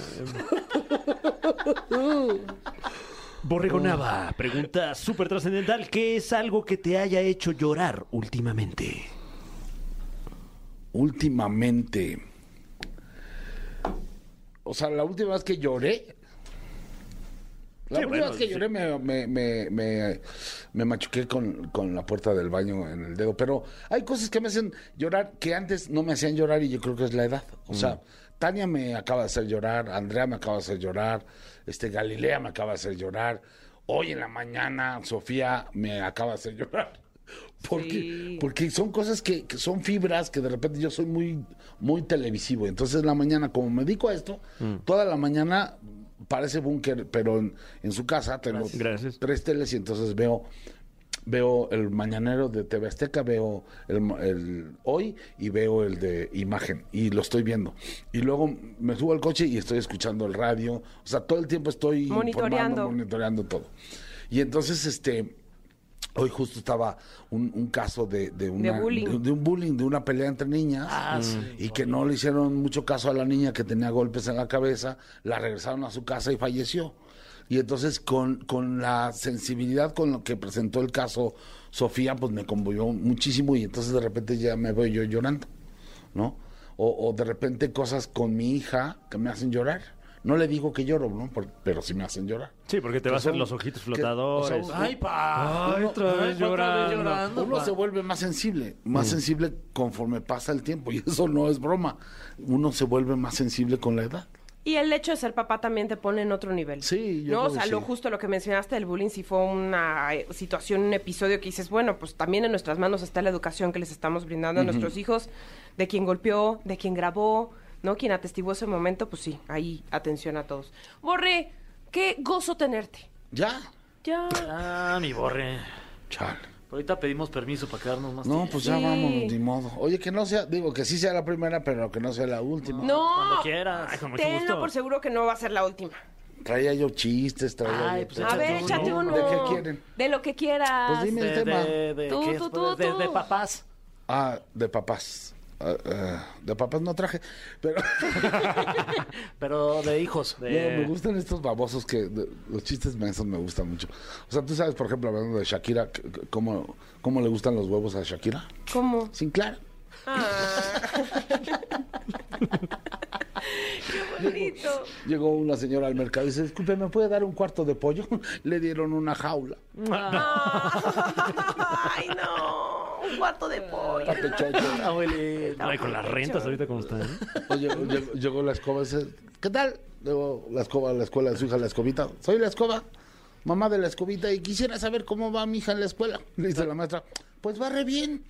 em. [LAUGHS] Borrego Nava, pregunta súper trascendental. ¿Qué es algo que te haya hecho llorar últimamente? últimamente. O sea, la última vez que lloré. La Sí, última bueno, vez que sí. lloré me, me, me, me- me machuqué con, con la puerta del baño en el dedo. Pero hay cosas que me hacen llorar que antes no me hacían llorar y yo creo que es la edad. O sea, Mm. Tania me acaba de hacer llorar, Andrea me acaba de hacer llorar, este Galilea me acaba de hacer llorar. Hoy en la mañana Sofía me acaba de hacer llorar. Porque, Sí. porque son cosas que, que son fibras que de repente yo soy muy, muy televisivo. Entonces la mañana, como me dedico a esto, Mm. toda la mañana parece búnker, pero en, en su casa tengo Gracias. Gracias. tres teles y entonces veo veo el mañanero de TV Azteca, veo el, ma- el hoy y veo el de imagen y lo estoy viendo. Y luego me subo al coche y estoy escuchando el radio. O sea, todo el tiempo estoy Monitoreando. informando, monitoreando todo. Y entonces, este, hoy justo estaba un, un caso de, de, una- De bullying. Ah, de- de un bullying, de una pelea entre niñas. Mm. y que no le hicieron mucho caso a la niña que tenía golpes en la cabeza, la regresaron a su casa y falleció. Y entonces con, con la sensibilidad con lo que presentó el caso Sofía, pues me conmovió muchísimo y entonces de repente ya me veo yo llorando, ¿no? O, o de repente cosas con mi hija que me hacen llorar. No le digo que lloro, ¿no? Por- pero sí me hacen llorar. Sí, porque te va a hacer los ojitos que- o sea, flotadores. un- pa! Ay, otra vez llorando. uno se vuelve más sensible, más sensible conforme pasa el tiempo, y [LAUGHS] eso no es broma. Uno se vuelve más sensible con la edad. Y el hecho de ser papá también te pone en otro nivel. Sí, yo ¿No? creo O sea, que lo sí. justo lo que mencionaste del bullying, si fue una eh, situación, un episodio que dices, bueno, pues también en nuestras manos está la educación que les estamos brindando a nuestros hijos, de quien golpeó, de quien grabó, ¿no? Quien atestiguó ese momento, pues sí, ahí atención a todos. Borre, qué gozo tenerte. Ya, Ya. Ah, mi borre. chale. Por ahorita pedimos permiso para quedarnos más No, tiempo. pues ya Sí. vamos, ni modo. Oye, que no sea, digo que sí sea la primera, pero que no sea la última. No, Cuando quieras. Ay, con mucho tenlo gusto. por seguro que no va a ser la última. Traía yo chistes, traía Ay, yo. pues, A ver, échate uno. ¿De qué quieren? De lo que quieras. Pues dime. de, [LAUGHS] el tema. de, de, Tú, ¿qué es? tú, tú, de, tú. de papás. Ah, de papás. Ah, ah, de papás no traje, pero [LAUGHS] Pero de hijos. No, De... me gustan estos babosos que de- los chistes mensos me gustan mucho. O sea, tú sabes, por ejemplo, hablando de Shakira, c- c- cómo, cómo le gustan los huevos a Shakira. ¿Cómo? Sin claro. Ah. Qué bonito. Llegó una señora al mercado y dice, disculpe, ¿me puede dar un cuarto de pollo? [LAUGHS] Le dieron una jaula. [LAUGHS] Ay, no. Un cuarto de pollo. Está pechocho. Ah, Abuelita. Ay, con las rentas ahorita como están. ¿eh? Oye, Pues llegó, llegó la escoba. dice, ¿Qué tal? Llegó la escoba a la escuela de su hija, la escobita. Soy la escoba, mamá de la escobita, y quisiera saber cómo va mi hija en la escuela. [LAUGHS] Le dice la maestra, pues va re bien.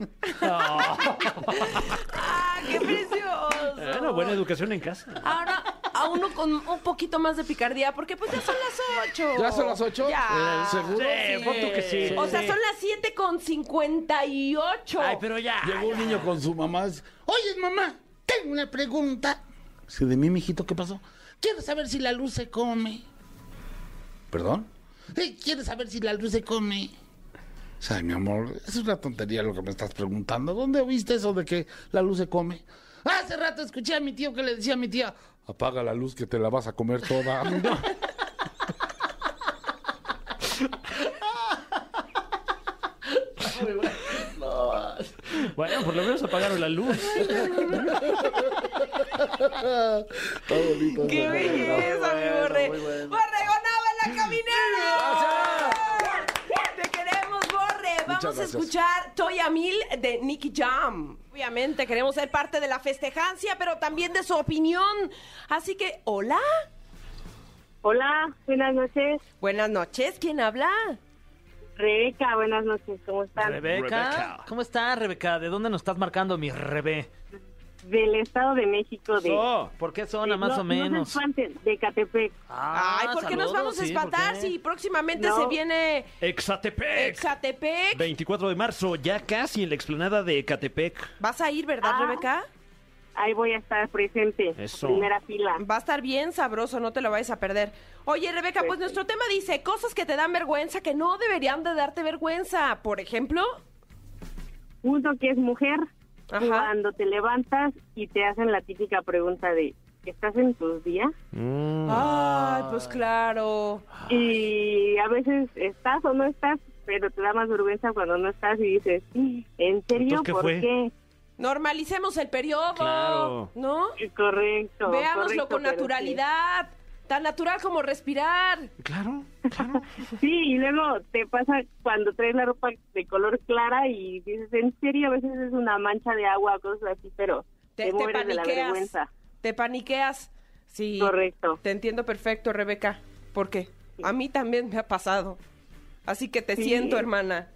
Ah, qué precioso. Bueno, buena educación en casa. Ahora a uno con un poquito más de picardía, porque pues ya son las 8. ¿Ya son las ocho? Ya. Eh, ¿seguro? Sí, pon tú que sí. O sea, son las 7 con 58. Ay, pero ya. Llegó un niño con su mamá. dice, Oye, mamá, tengo una pregunta. Dice, ¿de mí, mijito, qué pasó? Quiero saber si la luz se come. ¿Perdón? Sí, quiero saber si la luz se come. O sea, mi amor, es una tontería lo que me estás preguntando. ¿Dónde oíste eso de que la luz se come? Hace rato escuché a mi tío que le decía a mi tía, apaga la luz que te la vas a comer [LAUGHS] toda. [LAUGHS] Bueno, por lo menos apagaron la luz. Está bonito. ¡Qué belleza, mi borre! ¡Borregonaba en la caminera! ¡Te queremos, borre! Vamos a gracias. escuchar Toya Mil de Nicky Jam. Obviamente queremos ser parte de la festejancia, pero también de su opinión. Así que, hola. Hola, buenas noches. Buenas noches, ¿quién habla? Rebeca, buenas noches, ¿cómo están? Rebeca. ¿Cómo estás, Ah, Rebeca? ¿De dónde nos estás marcando, mi Rebe? Del Estado de México, de... Oh, ¿Por qué zona, de- más no- o menos? No se espanten, de Catepec. Ah, Ay, ¿por qué nos saludos, vamos a sí, ¿por espantar qué? si próximamente No. se viene Exatepec. Exatepec? 24 de marzo, ya casi en la explanada de Ecatepec. ¿Vas a ir, verdad, Ah. Rebeca? Ahí voy a estar presente, Eso. primera fila. Va a estar bien sabroso, no te lo vayas a perder. Oye, Rebeca, pues nuestro tema dice cosas que te dan vergüenza que no deberían de darte vergüenza. Por ejemplo, Uno que es mujer, Ajá. cuando te levantas y te hacen la típica pregunta de, ¿estás en tus días? ay, Ah. pues claro. Y a veces estás o no estás, pero te da más vergüenza cuando no estás y dices, ¿en serio? Entonces, ¿qué ¿Por fue? qué? Normalicemos el periodo, Claro. ¿no? Correcto. Veámoslo correcto, con pero sí. naturalidad, tan natural como respirar. Claro. Sí, y luego te pasa cuando traes la ropa de color clara y dices, en serio, a veces es una mancha de agua, cosas así, pero Te, te, te mueres de la paniqueas. vergüenza. Te paniqueas. Sí. Correcto. Te entiendo perfecto, Rebeca. Porque a mí también me ha pasado. Así que te Sí. siento, hermana.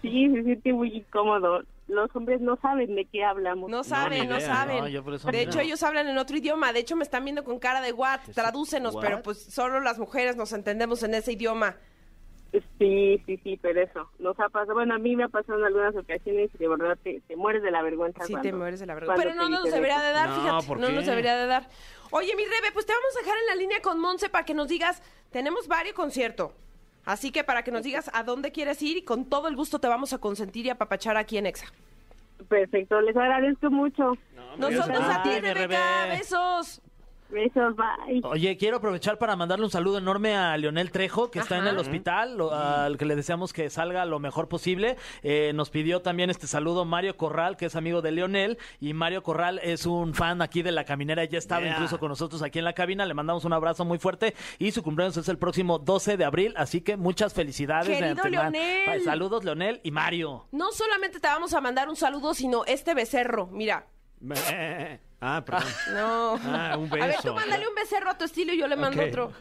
Sí, se siente muy incómodo. Los hombres no saben de qué hablamos. No saben, ni no, idea. saben. No, yo por eso de no. hecho, ellos hablan en otro idioma. De hecho, me están viendo con cara de what, tradúcenos, what? pero pues solo las mujeres nos entendemos en ese idioma. Sí, sí, sí, pero eso. Nos ha pasado, bueno, a mí me ha pasado en algunas ocasiones y de verdad te, te mueres de la vergüenza. Sí, te cuando- mueres de la vergüenza. Pero cuando no Ah, te nos dicen debería eso. de dar, No, fíjate. ¿por No nos qué? debería de dar. Oye, mi Rebe, pues te vamos a dejar en la línea con Monse para que nos digas, tenemos varios conciertos. Así que para que nos digas a dónde quieres ir y con todo el gusto te vamos a consentir y apapachar aquí en EXA. Perfecto, les agradezco mucho. Nosotros a ti, Ay, mi Rebeca, Rebe. besos. Besos, bye. Oye, quiero aprovechar para mandarle un saludo enorme a Leonel Trejo, que está en Ajá. el hospital, lo- al que le deseamos que salga lo mejor posible. Eh, nos pidió también este saludo Mario Corral, que es amigo de Leonel, y Mario Corral es un fan aquí de La Caminera, ya estaba Yeah. incluso con nosotros aquí en la cabina, le mandamos un abrazo muy fuerte, y su cumpleaños es el próximo 12 de abril, así que muchas felicidades. de Querido antemano. Leonel. Pa- Saludos Leonel y Mario. No solamente te vamos a mandar un saludo, sino este becerro. Mira, Eh, Ah, perdón. No. Ah, un A ver, tú beso. mándale un becerro a tu estilo y yo le mando Ok. otro.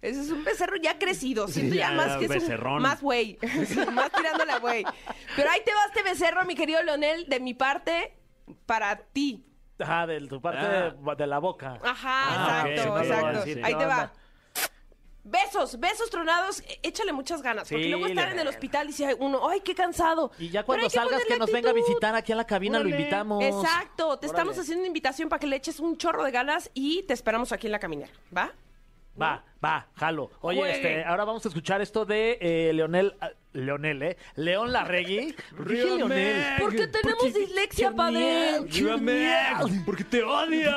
Ese es un becerro ya crecido. Siento Sí, ya, ya, más que es un, becerrón. más güey. [LAUGHS] Sí, más tirándole a güey. Pero ahí te va este becerro, mi querido Leonel, de mi parte, para ti. Ajá, de tu parte Ah. de, de la boca. Ajá, Ah, exacto, ok, ok, exacto. ya, sí, ahí ¿qué te va. onda? Besos, besos tronados, Eh, échale muchas ganas, porque Sí, luego estar en el Leonel. hospital dice ay, uno, ay, qué cansado. Y ya Pero cuando hay que salgas que ponerle nos venga a actitud. visitar aquí a la cabina, lo Órale. invitamos. Exacto, te estamos haciendo una invitación para que le eches un chorro de ganas y te esperamos aquí en la caminera, ¿va? Va, va, jalo. Oye, Güey. este, ahora vamos a escuchar esto de eh, Leonel, ah, Leonel, ¿eh? León [LAUGHS] Larregui. Dije Leonel. Leonel. Porque tenemos dislexia, padre. Ah. [LAUGHS] Llévame, porque te odio.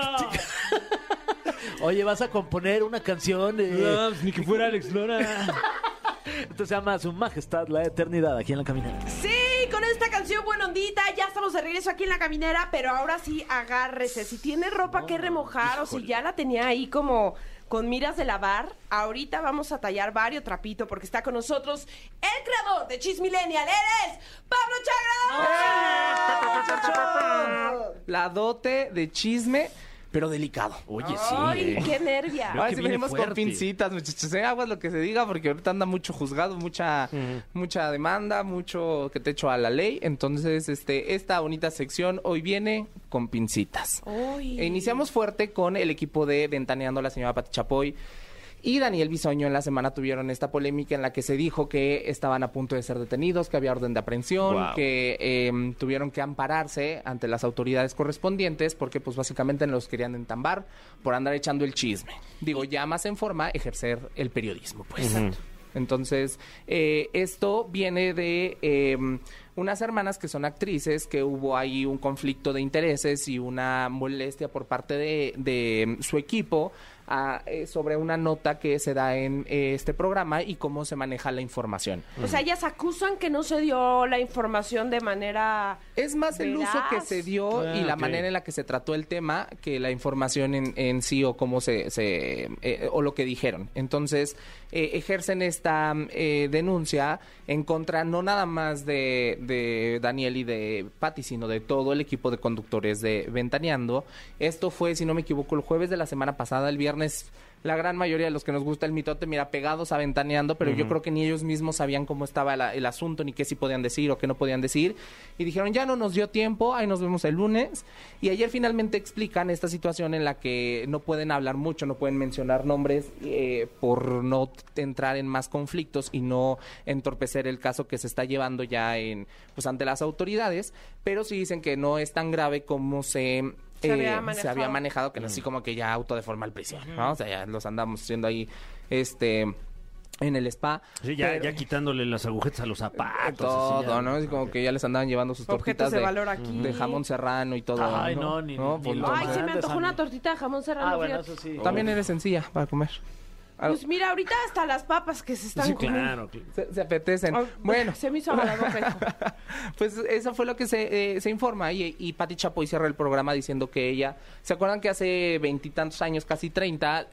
Oye, vas a componer una canción. eh, pues, ni que fuera Alex Lora. [LAUGHS] Esto se llama Su Majestad la Eternidad aquí en la caminera. Sí, con esta canción buena ondita, ya estamos de regreso aquí en la caminera, pero ahora sí agárrese. Si tiene ropa que remojar o si ya la tenía ahí como con miras de lavar, ahorita vamos a tallar varios trapito porque está con nosotros el creador de Cheese Millennial, eres Pablo ¡Eh! Chagra. La dote de chisme, pero delicado. Oye, ¡Ay, sí. qué nervia! Creo Ahora que sí viene venimos fuerte. con pincitas, muchachos. ¿eh? Aguas lo que se diga, porque ahorita anda mucho juzgado, mucha, mucha demanda, mucho que te echo a la ley. Entonces, este, esta bonita sección hoy viene con pincitas. Uy. E Iniciamos fuerte con el equipo de Ventaneando la señora Pati Chapoy. Y Daniel Bisoño en la semana tuvieron esta polémica en la que se dijo que estaban a punto de ser detenidos, que había orden de aprehensión, Guau. que eh, tuvieron que ampararse ante las autoridades correspondientes porque pues básicamente los querían entambar por andar echando el chisme. Digo, ya más en forma ejercer el periodismo, pues. Entonces, eh, esto viene de eh, unas hermanas que son actrices, que hubo ahí un conflicto de intereses y una molestia por parte de, de em, su equipo ah, eh, sobre una nota que se da en eh, este programa y cómo se maneja la información. O sea, ellas acusan que no se dio la información de manera... Es más el uso Verás. que se dio Ah, y la ok. manera en la que se trató el tema que la información en, en sí o cómo se, se, eh, o lo que dijeron. Entonces eh, ejercen esta mm, eh, denuncia en contra no nada más de, de Daniel y de Patti, sino de todo el equipo de conductores de Ventaneando. Esto fue, si no me equivoco, el jueves de la semana pasada, el viernes. La gran mayoría de los que nos gusta el mitote, mira, pegados a ventaneando, pero yo creo que ni ellos mismos sabían cómo estaba la- el asunto, ni qué sí podían decir o qué no podían decir. Y dijeron, ya no nos dio tiempo, ahí nos vemos el lunes. Y ayer finalmente explican esta situación en la que no pueden hablar mucho, no pueden mencionar nombres eh, por no t- entrar en más conflictos y no entorpecer el caso que se está llevando ya en, pues, ante las autoridades. Pero sí dicen que no es tan grave como se eh, Se había se había manejado. manejado que no así como que ya auto de forma al prisión, ¿no? O sea, ya los andamos haciendo ahí, este, en el spa. Sí, ya, pero- ya quitándole las agujetas a los zapatos. así todo, ya. ¿no? Así como que ya les andaban llevando sus Objetos tortitas de de, valor aquí. de jamón serrano y todo. Ay, no, ni- ni- Pues ni no. lo Ay, se me Antes, antojó Ana. una tortita de jamón serrano. Ah, bueno, fíjate. eso sí. También eres sencilla para comer. Ah, Pues mira, ahorita hasta las papas que se están Sí, comiendo. claro. claro. se, se apetecen. Ah, bueno, Se me hizo agua la boca, hijo. pues eso fue lo que se, eh, se informa y, y Pati Chapoy cerró el programa diciendo que ella, ¿se acuerdan que hace veintitantos años, casi treinta,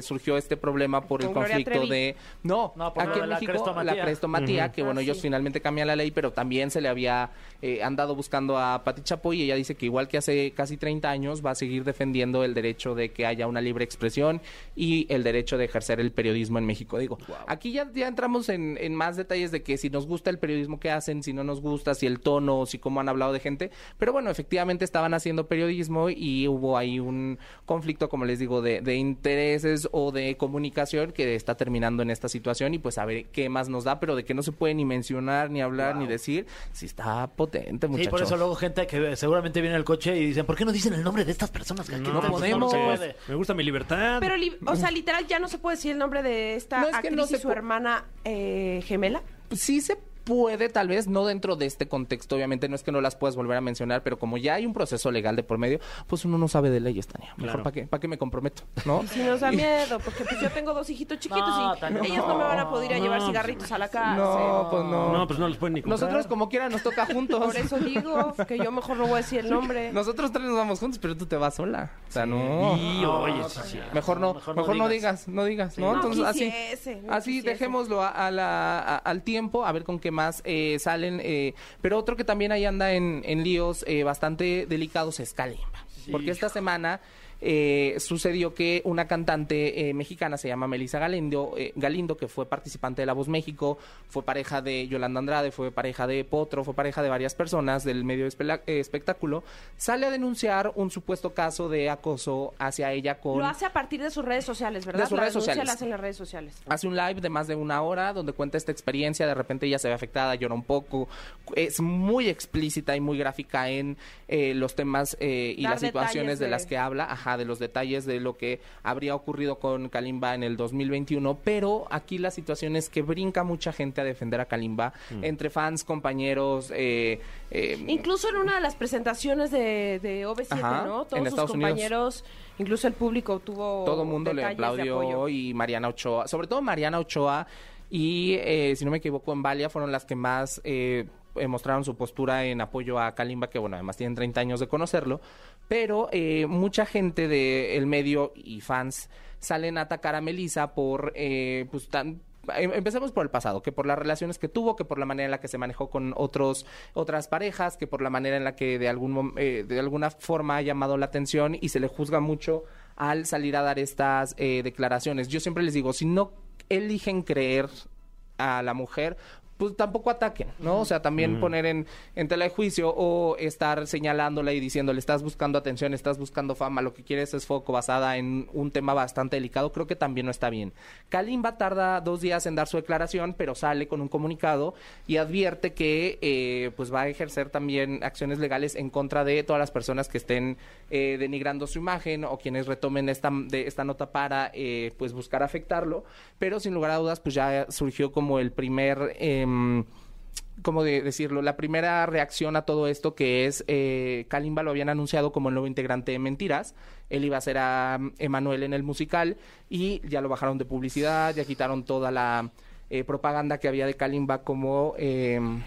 surgió este problema por el Con Gloria conflicto Trevi. de... No, No, por lo aquí de en la México crestomatía. la crestomatía, que Ah, bueno, ellos sí. finalmente cambian la ley, pero también se le había eh, andado buscando a Pati Chapoy y ella dice que igual que hace casi 30 años va a seguir defendiendo el derecho de que haya una libre expresión y el derecho de ejercer el periodismo en México. Digo, aquí ya, ya entramos en, en más detalles de que si nos gusta el periodismo que hacen, si no nos gusta, si el tono, si cómo han hablado de gente, pero bueno, efectivamente estaban haciendo periodismo y hubo ahí un conflicto, como les digo, de, de intereses o de comunicación que está terminando en esta situación y pues a ver qué más nos da, pero de que no se puede ni mencionar, ni hablar, ni decir, si está potente, muchachos. Sí, por eso luego gente que seguramente viene en el coche y dicen, ¿por qué no dicen el nombre de estas personas? Que aquí No, están? podemos. No se puede. Me gusta mi libertad. Pero, li- o sea, literal, ya no se puede decir el nombre de esta No, es que actriz no y se su pu- hermana eh, gemela. sí se puede, tal vez, no dentro de este contexto, obviamente no es que no las puedas volver a mencionar, pero como ya hay un proceso legal de por medio, pues uno no sabe de leyes, Tania. Mejor Claro. para qué, para qué me comprometo, ¿no? Si nos da miedo, porque pues yo tengo dos hijitos chiquitos No, y Tania, ellos no me van a poder ir a no, llevar pues, cigarritos a la casa. No, pues no. No, pues no los pueden ni comprar. Nosotros como quiera nos toca juntos. Por eso digo que yo mejor no voy a decir el nombre. Nosotros tres nos vamos juntos, pero tú te vas sola. O sea, no. Y, oye, sí, sí. Mejor no, Mejor mejor, no no digas, no digas, ¿no? No Entonces así, quisiese, no así quisiese. dejémoslo a- a la- a- al tiempo, a ver con qué más eh, salen. eh, pero otro que también ahí anda en, en líos eh, bastante delicados es Kalimba. Porque esta semana eh, sucedió que una cantante eh, mexicana se llama Melissa Galindo, eh, Galindo, que fue participante de La Voz México, fue pareja de Yolanda Andrade, fue pareja de Potro, fue pareja de varias personas del medio espela- eh, espectáculo, sale a denunciar un supuesto caso de acoso hacia ella con Lo hace a partir de sus redes sociales, ¿verdad? De sus La redes denuncia sociales. la hace en las redes sociales. hace un live de más de una hora donde cuenta esta experiencia, de repente ella se ve afectada, llora un poco, es muy explícita y muy gráfica en eh, los temas eh, y Dar las situaciones detalles de... de- las que habla, ajá, ajá, de los detalles de lo que habría ocurrido con Kalimba en el 2021, pero aquí la situación es que brinca mucha gente a defender a Kalimba, entre fans, compañeros, eh, eh, Incluso en una de las presentaciones de, de OV7, Ajá, ¿no? Todos en sus Estados Unidos. compañeros, incluso el público tuvo todo el mundo le detalles de aplaudió apoyo. y Mariana Ochoa, sobre todo Mariana Ochoa y eh, si no me equivoco en Valia fueron las que más eh, eh, mostraron su postura en apoyo a Kalimba, que bueno, además tienen 30 años de conocerlo, pero eh, mucha gente del medio y fans salen a atacar a Melissa por, eh, pues, tan, em- Empecemos por el pasado, que por las relaciones que tuvo, que por la manera en la que se manejó con otros otras parejas, que por la manera en la que de algún mom- eh, de alguna forma ha llamado la atención y se le juzga mucho al salir a dar estas eh, declaraciones. Yo siempre les digo, si no eligen creer a la mujer, pues tampoco ataquen, ¿no? O sea, también poner en, en tela de juicio o estar señalándola y diciéndole, estás buscando atención, estás buscando fama, lo que quieres es foco basada en un tema bastante delicado, creo que también no está bien. Kalimba tarda dos días en dar su declaración, pero sale con un comunicado y advierte que eh, pues va a ejercer también acciones legales en contra de todas las personas que estén eh, denigrando su imagen o quienes retomen esta, de, esta nota para eh, pues buscar afectarlo, pero sin lugar a dudas pues ya surgió como el primer... em, ¿cómo de- decirlo? La primera reacción a todo esto que es eh, Kalimba lo habían anunciado como el nuevo integrante de Mentiras. Él iba a ser a mm, Emanuel en el musical y ya lo bajaron de publicidad, ya quitaron toda la eh, propaganda que había de Kalimba como... em,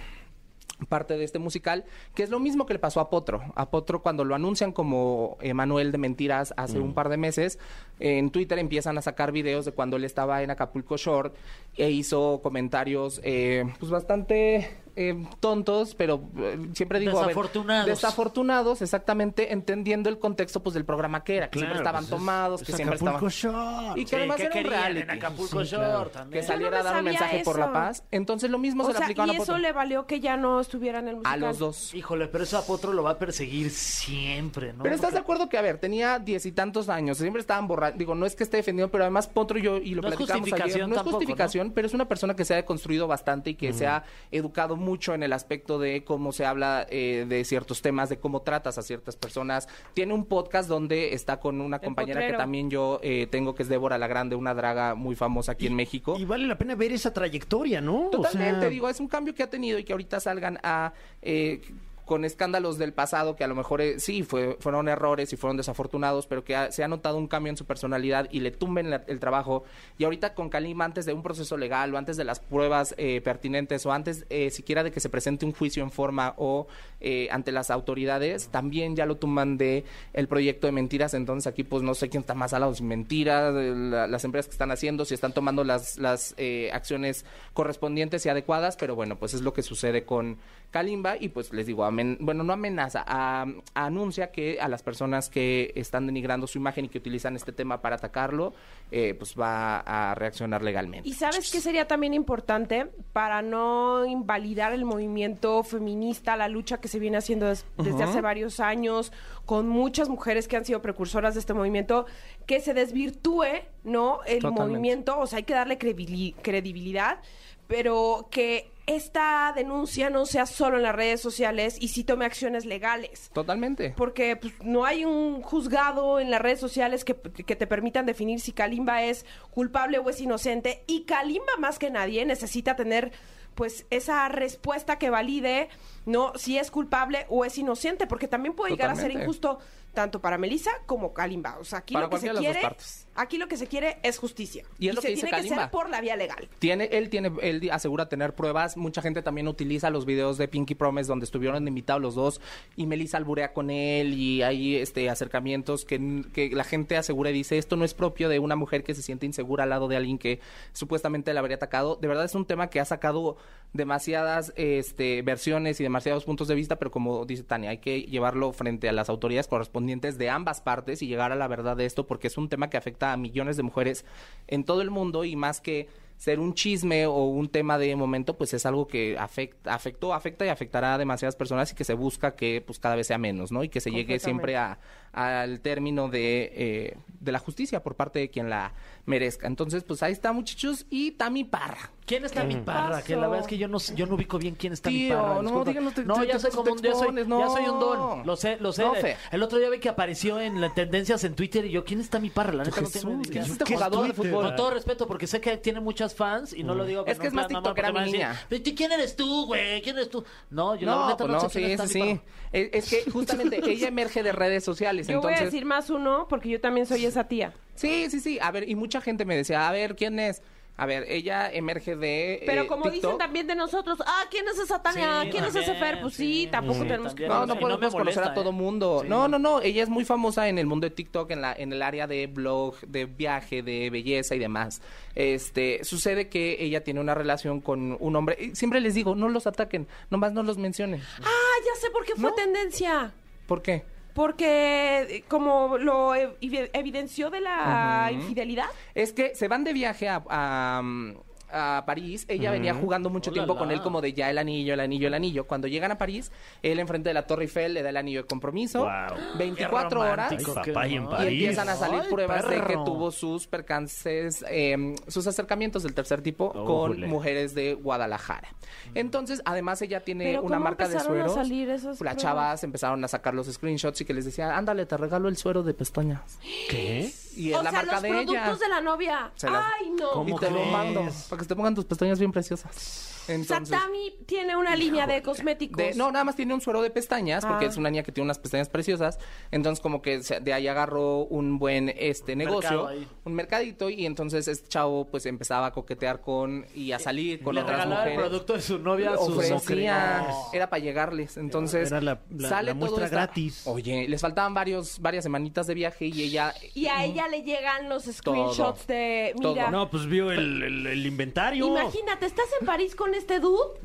parte de este musical, que es lo mismo que le pasó a Potro. A Potro cuando lo anuncian como Emanuel de Mentiras hace Mm. un par de meses, en Twitter empiezan a sacar videos de cuando él estaba en Acapulco Short e hizo comentarios eh, pues bastante eh, tontos, pero eh, siempre digo... a ver, Desafortunados. desafortunados, exactamente, entendiendo el contexto pues del programa que era, que siempre Claro, estaban pues es- tomados, que es siempre Acapulco estaban... Short. Y que además ¿qué era un querían en reality. Acapulco Sí, Short claro. también. Que Yo no saliera me a dar un sabía mensaje por eso. la paz. Entonces lo mismo O se le sea, aplicó a y Ana eso Potro. le valió que ya no estuviera en el musical. A los dos. Híjole, pero eso a Potro lo va a perseguir siempre, ¿no? Pero estás de Porque acuerdo que, a ver, tenía diez y tantos años, siempre estaban borrachos. Digo, no es que esté defendido, pero además Potro y yo, y lo No es platicamos ayer, justificación no es tampoco, justificación, pero es una persona que se ha deconstruido bastante y que se ha educado mucho en el aspecto de cómo se habla eh, de ciertos temas, de cómo tratas a ciertas personas. Tiene un podcast donde está con una compañera que potrero. también yo eh, tengo, que es Débora la Grande, una draga muy famosa aquí en México. Y vale la pena ver esa trayectoria, ¿no? O Totalmente, sea, digo, es un cambio que ha tenido y que ahorita salgan a... eh, con escándalos del pasado que a lo mejor eh, sí fue- fueron errores y fueron desafortunados, pero que ha- se ha notado un cambio en su personalidad y le tumben la- el trabajo. Y ahorita con Kalima, antes de un proceso legal o antes de las pruebas eh, pertinentes o antes eh, siquiera de que se presente un juicio en forma o eh, ante las autoridades, también ya lo tumban de el proyecto de mentiras. Entonces aquí pues no sé quién está más al lado, si mentiras, eh, la- las empresas que están haciendo, si están tomando las, las eh, acciones correspondientes y adecuadas, pero bueno, pues es lo que sucede con Kalimba y pues les digo, amen- bueno, no amenaza, a- anuncia que a las personas que están denigrando su imagen y que utilizan este tema para atacarlo, eh, pues va a reaccionar legalmente. ¿Y sabes qué sería también importante para no invalidar el movimiento feminista, la lucha que se viene haciendo des- desde hace varios años con muchas mujeres que han sido precursoras de este movimiento, que se desvirtúe, ¿no? El Totalmente. movimiento, o sea, hay que darle credibil- credibilidad, pero que esta denuncia no sea solo en las redes sociales y sí tome acciones legales Totalmente. porque pues, no hay un juzgado en las redes sociales que, que te permitan definir si Kalimba es culpable o es inocente. Y Kalimba, más que nadie, necesita tener pues esa respuesta que valide no si es culpable o es inocente, porque también puede llegar a ser Totalmente. injusto tanto para Melissa como Kalimba. O sea, aquí Para lo que se cualquiera de las quiere, dos partes. aquí lo que se quiere es justicia. Y es lo se que dice tiene que Kalimba. ser por la vía legal. Tiene, él tiene, él di- asegura tener pruebas. Mucha gente también utiliza los videos de Pinky Promise donde estuvieron invitados los dos y Melissa alburea con él y hay este acercamientos que, n- que la gente asegura y dice esto no es propio de una mujer que se siente insegura al lado de alguien que supuestamente la habría atacado. De verdad es un tema que ha sacado demasiadas este, versiones y demasiados puntos de vista, pero como dice Tania, hay que llevarlo frente a las autoridades correspondientes de ambas partes y llegar a la verdad de esto porque es un tema que afecta a millones de mujeres en todo el mundo y más que ser un chisme o un tema de momento, pues es algo que afecta, afectó, afecta y afectará a demasiadas personas y que se busca que pues cada vez sea menos, ¿no? Y que se llegue siempre a, al término de, eh, de la justicia por parte de quien la merezca. Entonces, pues ahí está, muchachos. Y Tami Parra. ¿Quién es David Parra? Que la verdad es que yo no, sé- yo no ubico bien quién es David Tío, Parra. no, disculpa. díganos, te- no, te- ya te- soy te como un, ya soy, expones, ya no. soy un don. Lo sé, lo sé. No, Fer. el otro día vi que apareció en las tendencias en Twitter y yo, ¿quién está mi Parra? La neta no tengo ni ¿Quién idea. es este ¿Qué es jugador de Twitter? fútbol? Con todo respeto, porque sé que tiene muchas fans y Mm. no lo digo. en Es que un es más plan mamón, porque tiktokera me van a decir, niña. "Pero ¿Quién eres tú, güey? ¿Quién eres tú? No, yo la No, neta pues no, no, sé quién sí, es sí, David sí. Parra. Es, es que justamente [LAUGHS] ella emerge de redes sociales. Yo entonces... voy a decir más uno porque yo también soy esa tía. Sí, sí, sí. A ver, y mucha gente me decía, a ver, ¿quién es? A ver, ella emerge de. Pero eh, como dicen TikTok. también de nosotros, ah, ¿quién es esa Tania? Sí, ¿Quién es ese también, Fer? Pues sí, sí. tampoco Sí, tenemos que... también. No, Y no no me podemos conocer molesta, a todo ¿eh? mundo. Sí, no, no. no, no. Ella es muy famosa en el mundo de TikTok, en la, en el área de blog, de viaje, de belleza y demás. Este, sucede que ella tiene una relación con un hombre. y siempre les digo, no los ataquen, nomás no los mencionen. Ah, ya sé por qué fue ¿No? tendencia. ¿Por qué? Porque eh, como lo ev- evi- evidenció de la infidelidad. Es que se van de viaje a, a, mm, a París. Ella venía jugando mucho Hola, tiempo con la. él como de ya el anillo, el anillo, el anillo. Cuando llegan a París, él enfrente de la Torre Eiffel le da el anillo de compromiso. Guau. 24 horas. Ay, papá, y en Y París. empiezan a salir Ay, pruebas de que perro. tuvo sus percances, eh, sus acercamientos del tercer tipo Ujule. con mujeres de Guadalajara. Entonces, además ella tiene Pero una ¿cómo marca de empezaron a sueros. salir esas Las pruebas? chavas empezaron a sacar los screenshots y que les decían, ándale, te regalo el suero de pestañas. ¿Qué? Y es o la sea, marca los de productos ella. de la novia. Se las- Ay, no. ¿Cómo Y te lo crees? mando. Para que te pongan tus pestañas bien preciosas. O sea, Entonces, Tami tiene una línea de cosméticos. de- no, nada más tiene un suero de pestañas, porque Ah. es una niña que tiene unas pestañas preciosas. Entonces, como que se- de ahí agarró un buen este negocio, mercado ahí. un mercadito, y entonces este chavo pues empezaba a coquetear con y a salir con Eh, Le otras regalaba el mujeres. producto de su novia a sus Ofrecía, sobrinas. era para llegarles. Entonces, Era la- la- sale la muestra todo esta- gratis. Oye, les faltaban varios, varias semanitas de viaje y ella. Y a ella le llegan los screenshots de... Todo. Mira, No, pues vio el, el- el inventario. imagínate, estás en París con este dude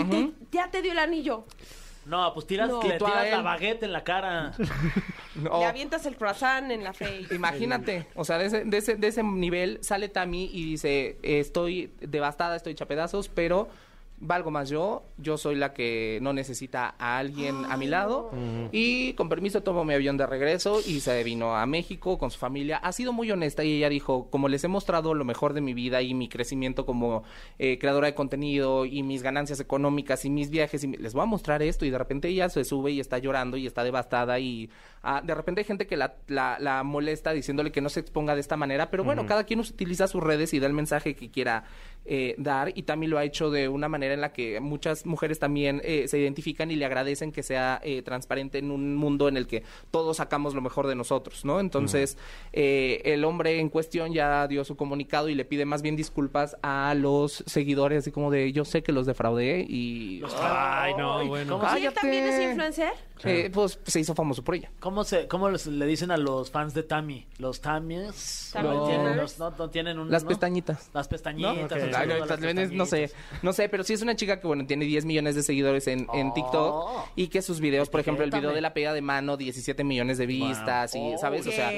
y te- ya te dio el anillo. No, pues tiras, No. le Y tú a tiras la él. baguette en la cara. No. Le avientas el croissant en la face. Imagínate, o sea, de ese, de, ese, de ese nivel sale Tami y dice, estoy devastada, estoy hecha pedazos, pero valgo más yo, yo soy la que no necesita a alguien a mi lado y con permiso tomo mi avión de regreso y se vino a México con su familia. Ha sido muy honesta y ella dijo, como les he mostrado lo mejor de mi vida y mi crecimiento como eh, creadora de contenido y mis ganancias económicas y mis viajes, y mi- les voy a mostrar esto y de repente ella se sube y está llorando y está devastada y ah, de repente hay gente que la, la- la molesta diciéndole que no se exponga de esta manera, pero bueno, cada quien utiliza sus redes y da el mensaje que quiera eh, dar y también lo ha hecho de una manera en la que muchas mujeres también eh, se identifican y le agradecen que sea eh, transparente en un mundo en el que todos sacamos lo mejor de nosotros, ¿no? Entonces, eh, el hombre en cuestión ya dio su comunicado y le pide más bien disculpas a los seguidores, así como de yo sé que los defraudé y... Ay, no, bueno. ¿Cómo, ¿Y él también es influencer? Eh, pues se hizo famoso por ella. cómo se, cómo los- le dicen a los fans de Tami? Los Tamies. Tami No, tienen, Tamers. los- no, no tienen un- Las ¿no? pestañitas. Las pestañitas. ¿No? el Ok. saludo Ay, a no, las tal vez, no sé, pestañitas. no sé, pero sí es una chica que, bueno, tiene 10 millones de seguidores en, en Oh. TikTok y que sus videos, por ejemplo, el video Etiquétame. de la pega de mano, 17 millones de vistas y, ¿sabes? O sea,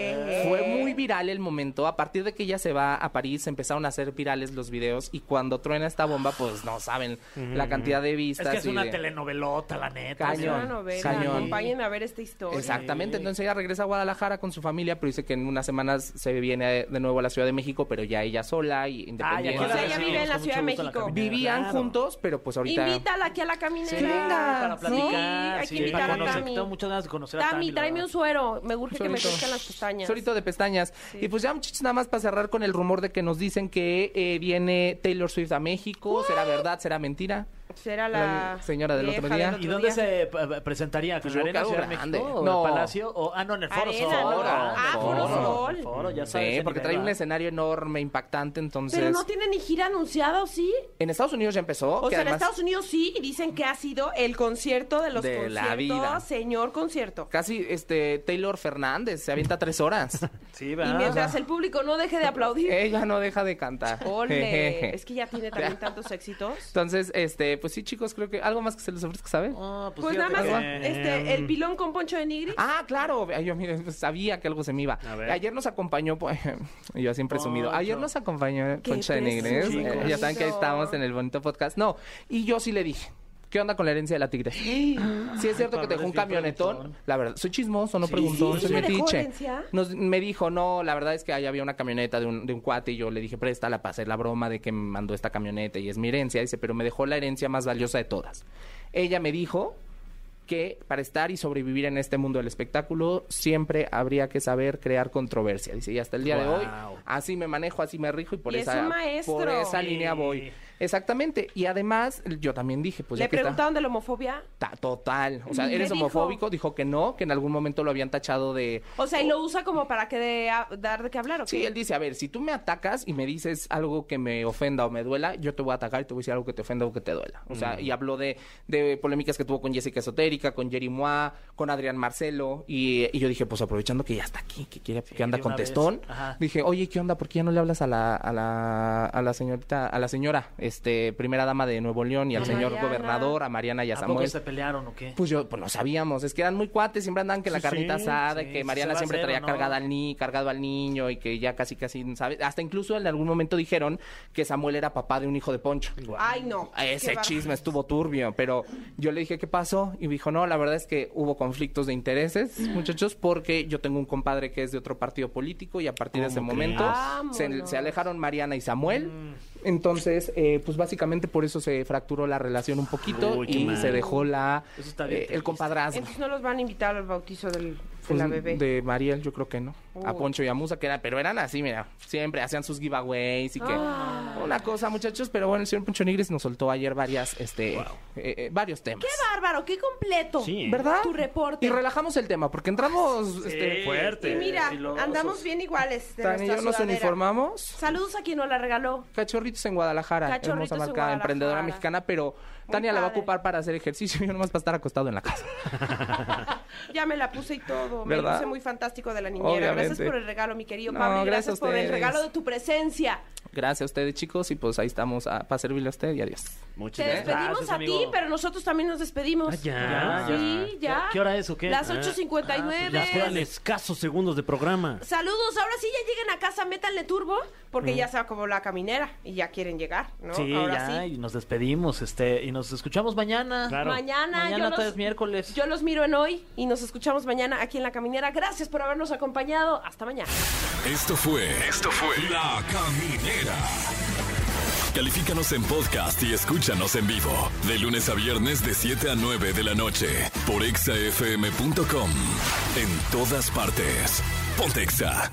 fue muy viral el momento. A partir de que ella se va a París, empezaron a hacer virales los videos y cuando truena esta bomba, pues no saben la cantidad de Es vistas. que es y una de- telenovelota, la neta. Cañón. Es una novela. Cañón. Acompáñenme a ver esta historia. Exactamente, entonces ella regresa a Guadalajara con su familia, pero dice que en unas semanas se viene de nuevo a la Ciudad de México, pero ya ella sola y Ay, independiente. aquí la O sea, ella recibimos vive en la con mucho Ciudad de gusto en la México. caminera. Vivían Claro. juntos, pero pues ahorita... Invítala aquí a la caminera. Sí, venga. Para Sí, platicar. hay Sí, que invitar para a conocer. Tami. Tengo muchas ganas de conocer a Tami. Tami, la tráeme verdad. un suero. Me urge que me Suerito. crezcan las pestañas. Sorito de pestañas. Y pues ya, muchachos, nada más para cerrar con el rumor de que nos dicen que eh, viene Taylor Swift a México. ¿Será verdad? ¿Será mentira? Será la La señora del otro vieja día. ¿Y otro dónde día. se eh, p- presentaría? ¿Con la Pues yo arena de creo Ciudad de grande. México? ¿O No. el Palacio? O, ah, no, en el Foro Arena, Sol. ¿no? Ah, Ah, Foro Foro Sol. Sol. Foro, ya Sí, sabes. el porque nivel, trae un ¿verdad? escenario enorme, impactante, entonces... Pero no tiene ni gira anunciada, ¿o sí? En Estados Unidos ya empezó. O que sea, en además- Estados Unidos sí, y dicen que ha sido el concierto de los De la conciertos, vida. señor concierto. Casi, este, Taylor Fernández se avienta [LAUGHS] tres horas. Sí, Y Ah. ¿verdad? mientras el público no deje de [LAUGHS] aplaudir, Ella no deja de cantar. ole, [LAUGHS] Jejeje. es que ya tiene también tantos [LAUGHS] éxitos. Entonces, este, pues sí, chicos, creo que algo más que se les ofrezca, ¿saben? Ah, pues, Pues nada más, fíjate que- este, Em. el pilón con poncho de nigris. Ah, claro. Ay, Yo mire, sabía que algo se me iba. ver. Ayer nos acompañó, pues, [LAUGHS] yo así en presumido. Ayer nos acompañó Qué Poncha de Negres. presumido. Eh, ya saben que ahí estamos en el bonito podcast. No, y yo sí le dije. ¿Qué onda con la herencia de la [GASPS] tigre? Sí, es cierto que te dejó un camionetón. La verdad, soy chismoso, no preguntó, sí, soy ¿le dejó metiche. herencia? Nos- me dijo, no, la verdad es que ahí había una camioneta de un, de un cuate y yo le dije, préstala para hacer la broma de que me mandó esta camioneta y es mi herencia. Dice, pero me dejó la herencia más valiosa de todas. Ella me dijo que para estar y sobrevivir en este mundo del espectáculo siempre habría que saber crear controversia. Dice, y hasta el día de hoy Guau. así me manejo, así me rijo y por Y es esa, un maestro. Por esa Sí. línea voy. Exactamente. Y además, yo también dije, pues Le ya que está- preguntaron de la homofobia. Ta- total. [LAUGHS] O sea, ¿Qué ¿eres dijo? homofóbico? Dijo? que no, que en algún momento lo habían tachado de... O sea, y lo usa como para que de- a- dar de qué hablar, ¿o qué? Sí, él dice, a ver, si tú me atacas y me dices algo que me ofenda o me duela, yo te voy a atacar y te voy a decir algo que te ofenda o que te duela. O Mm. sea, y habló de, de polémicas que tuvo con Jessica Esotérica, con Jerry Mois, con Adrián Marcelo, y, y yo dije, pues aprovechando que ya está aquí, que quiere, que anda de con una vez. testón, Ajá. dije, oye, ¿qué onda? ¿Por qué ya no le hablas a la, a la, a la señorita, a la señora, este, primera dama de Nuevo León y al A señor Mariana. gobernador, a Mariana y ¿A a, poco Samuel? se pelearon o qué? Pues yo, pues no sabíamos, es que eran muy cuates, siempre andaban que la Sí, carnita sí, asada, sí, que se Mariana va a siempre hacer, traía ¿o no? cargada al ni, cargado al niño y que ya casi casi, ¿sabes? Hasta incluso en algún momento dijeron que Samuel era papá de un hijo de Poncho. Ay, no. Ah, Ese Qué bar- chisme estuvo turbio, pero yo le dije, ¿qué pasó? Y me dijo, no, la verdad es que hubo conflictos de intereses, muchachos, porque yo tengo un compadre que es de otro partido político y a partir de ese momento se, Vámonos. se alejaron Mariana y Samuel. Mm. Entonces, eh, pues básicamente por eso se fracturó la relación un poquito Uy, qué y mal. se dejó la Eso está bien eh, triste. el compadrazgo. Entonces no los van a invitar al bautizo del, de Pues, la bebé. de Mariel, yo creo que no. A Uy. Poncho y a Musa, que eran, pero eran así, mira, siempre hacían sus giveaways y que Ah. una cosa, muchachos, pero bueno, el señor Poncho Nigris nos soltó ayer varias, este, eh, eh, varios temas. Qué bárbaro, qué completo. Sí. ¿Verdad? Tu reporte. Y relajamos el tema, porque entramos, este, fuerte. Y mira, andamos bien iguales. De Tan y nuestra yo nos sudadera. uniformamos. Saludos a quien nos la regaló. Cachorritos en Guadalajara, Cachorritos hermosa en marca Guadalajara. emprendedora mexicana, pero Muy Tania la va a padre. ocupar para hacer ejercicio [LAUGHS] y yo nomás para estar acostado en la casa. Ya me la puse y todo. Me ¿Verdad? puse muy fantástico de la niñera. Gracias Obviamente. por el regalo, mi querido No, Pablo. y gracias a Gracias, por el ustedes. regalo de tu presencia. Gracias a ustedes, chicos, y pues ahí estamos a- para servirle a usted y adiós. Muchas Te despedimos gracias, a amigo. ti, pero nosotros también nos despedimos. Ah, ya. Ya, Sí, ya. ¿Qué hora es o qué? Las Ah, 8.59. Nos quedan escasos segundos de programa. Saludos, ahora sí ya lleguen a casa, métanle turbo, porque ya se acabó la caminera y ya quieren llegar, ¿no? Mm. Sí, ahora ya, sí. y nos despedimos, este, y nos escuchamos mañana. Claro. Mañana, Mañana yo otra los- vez miércoles. Yo los miro en hoy y nos escuchamos mañana aquí en la caminera. Gracias por habernos acompañado. Hasta mañana. Esto fue. Esto fue. La Caminera. Califícanos en podcast y escúchanos en vivo. De lunes a viernes de 7 a 9 de la noche. Por exafm.com. En todas partes. Pontexa.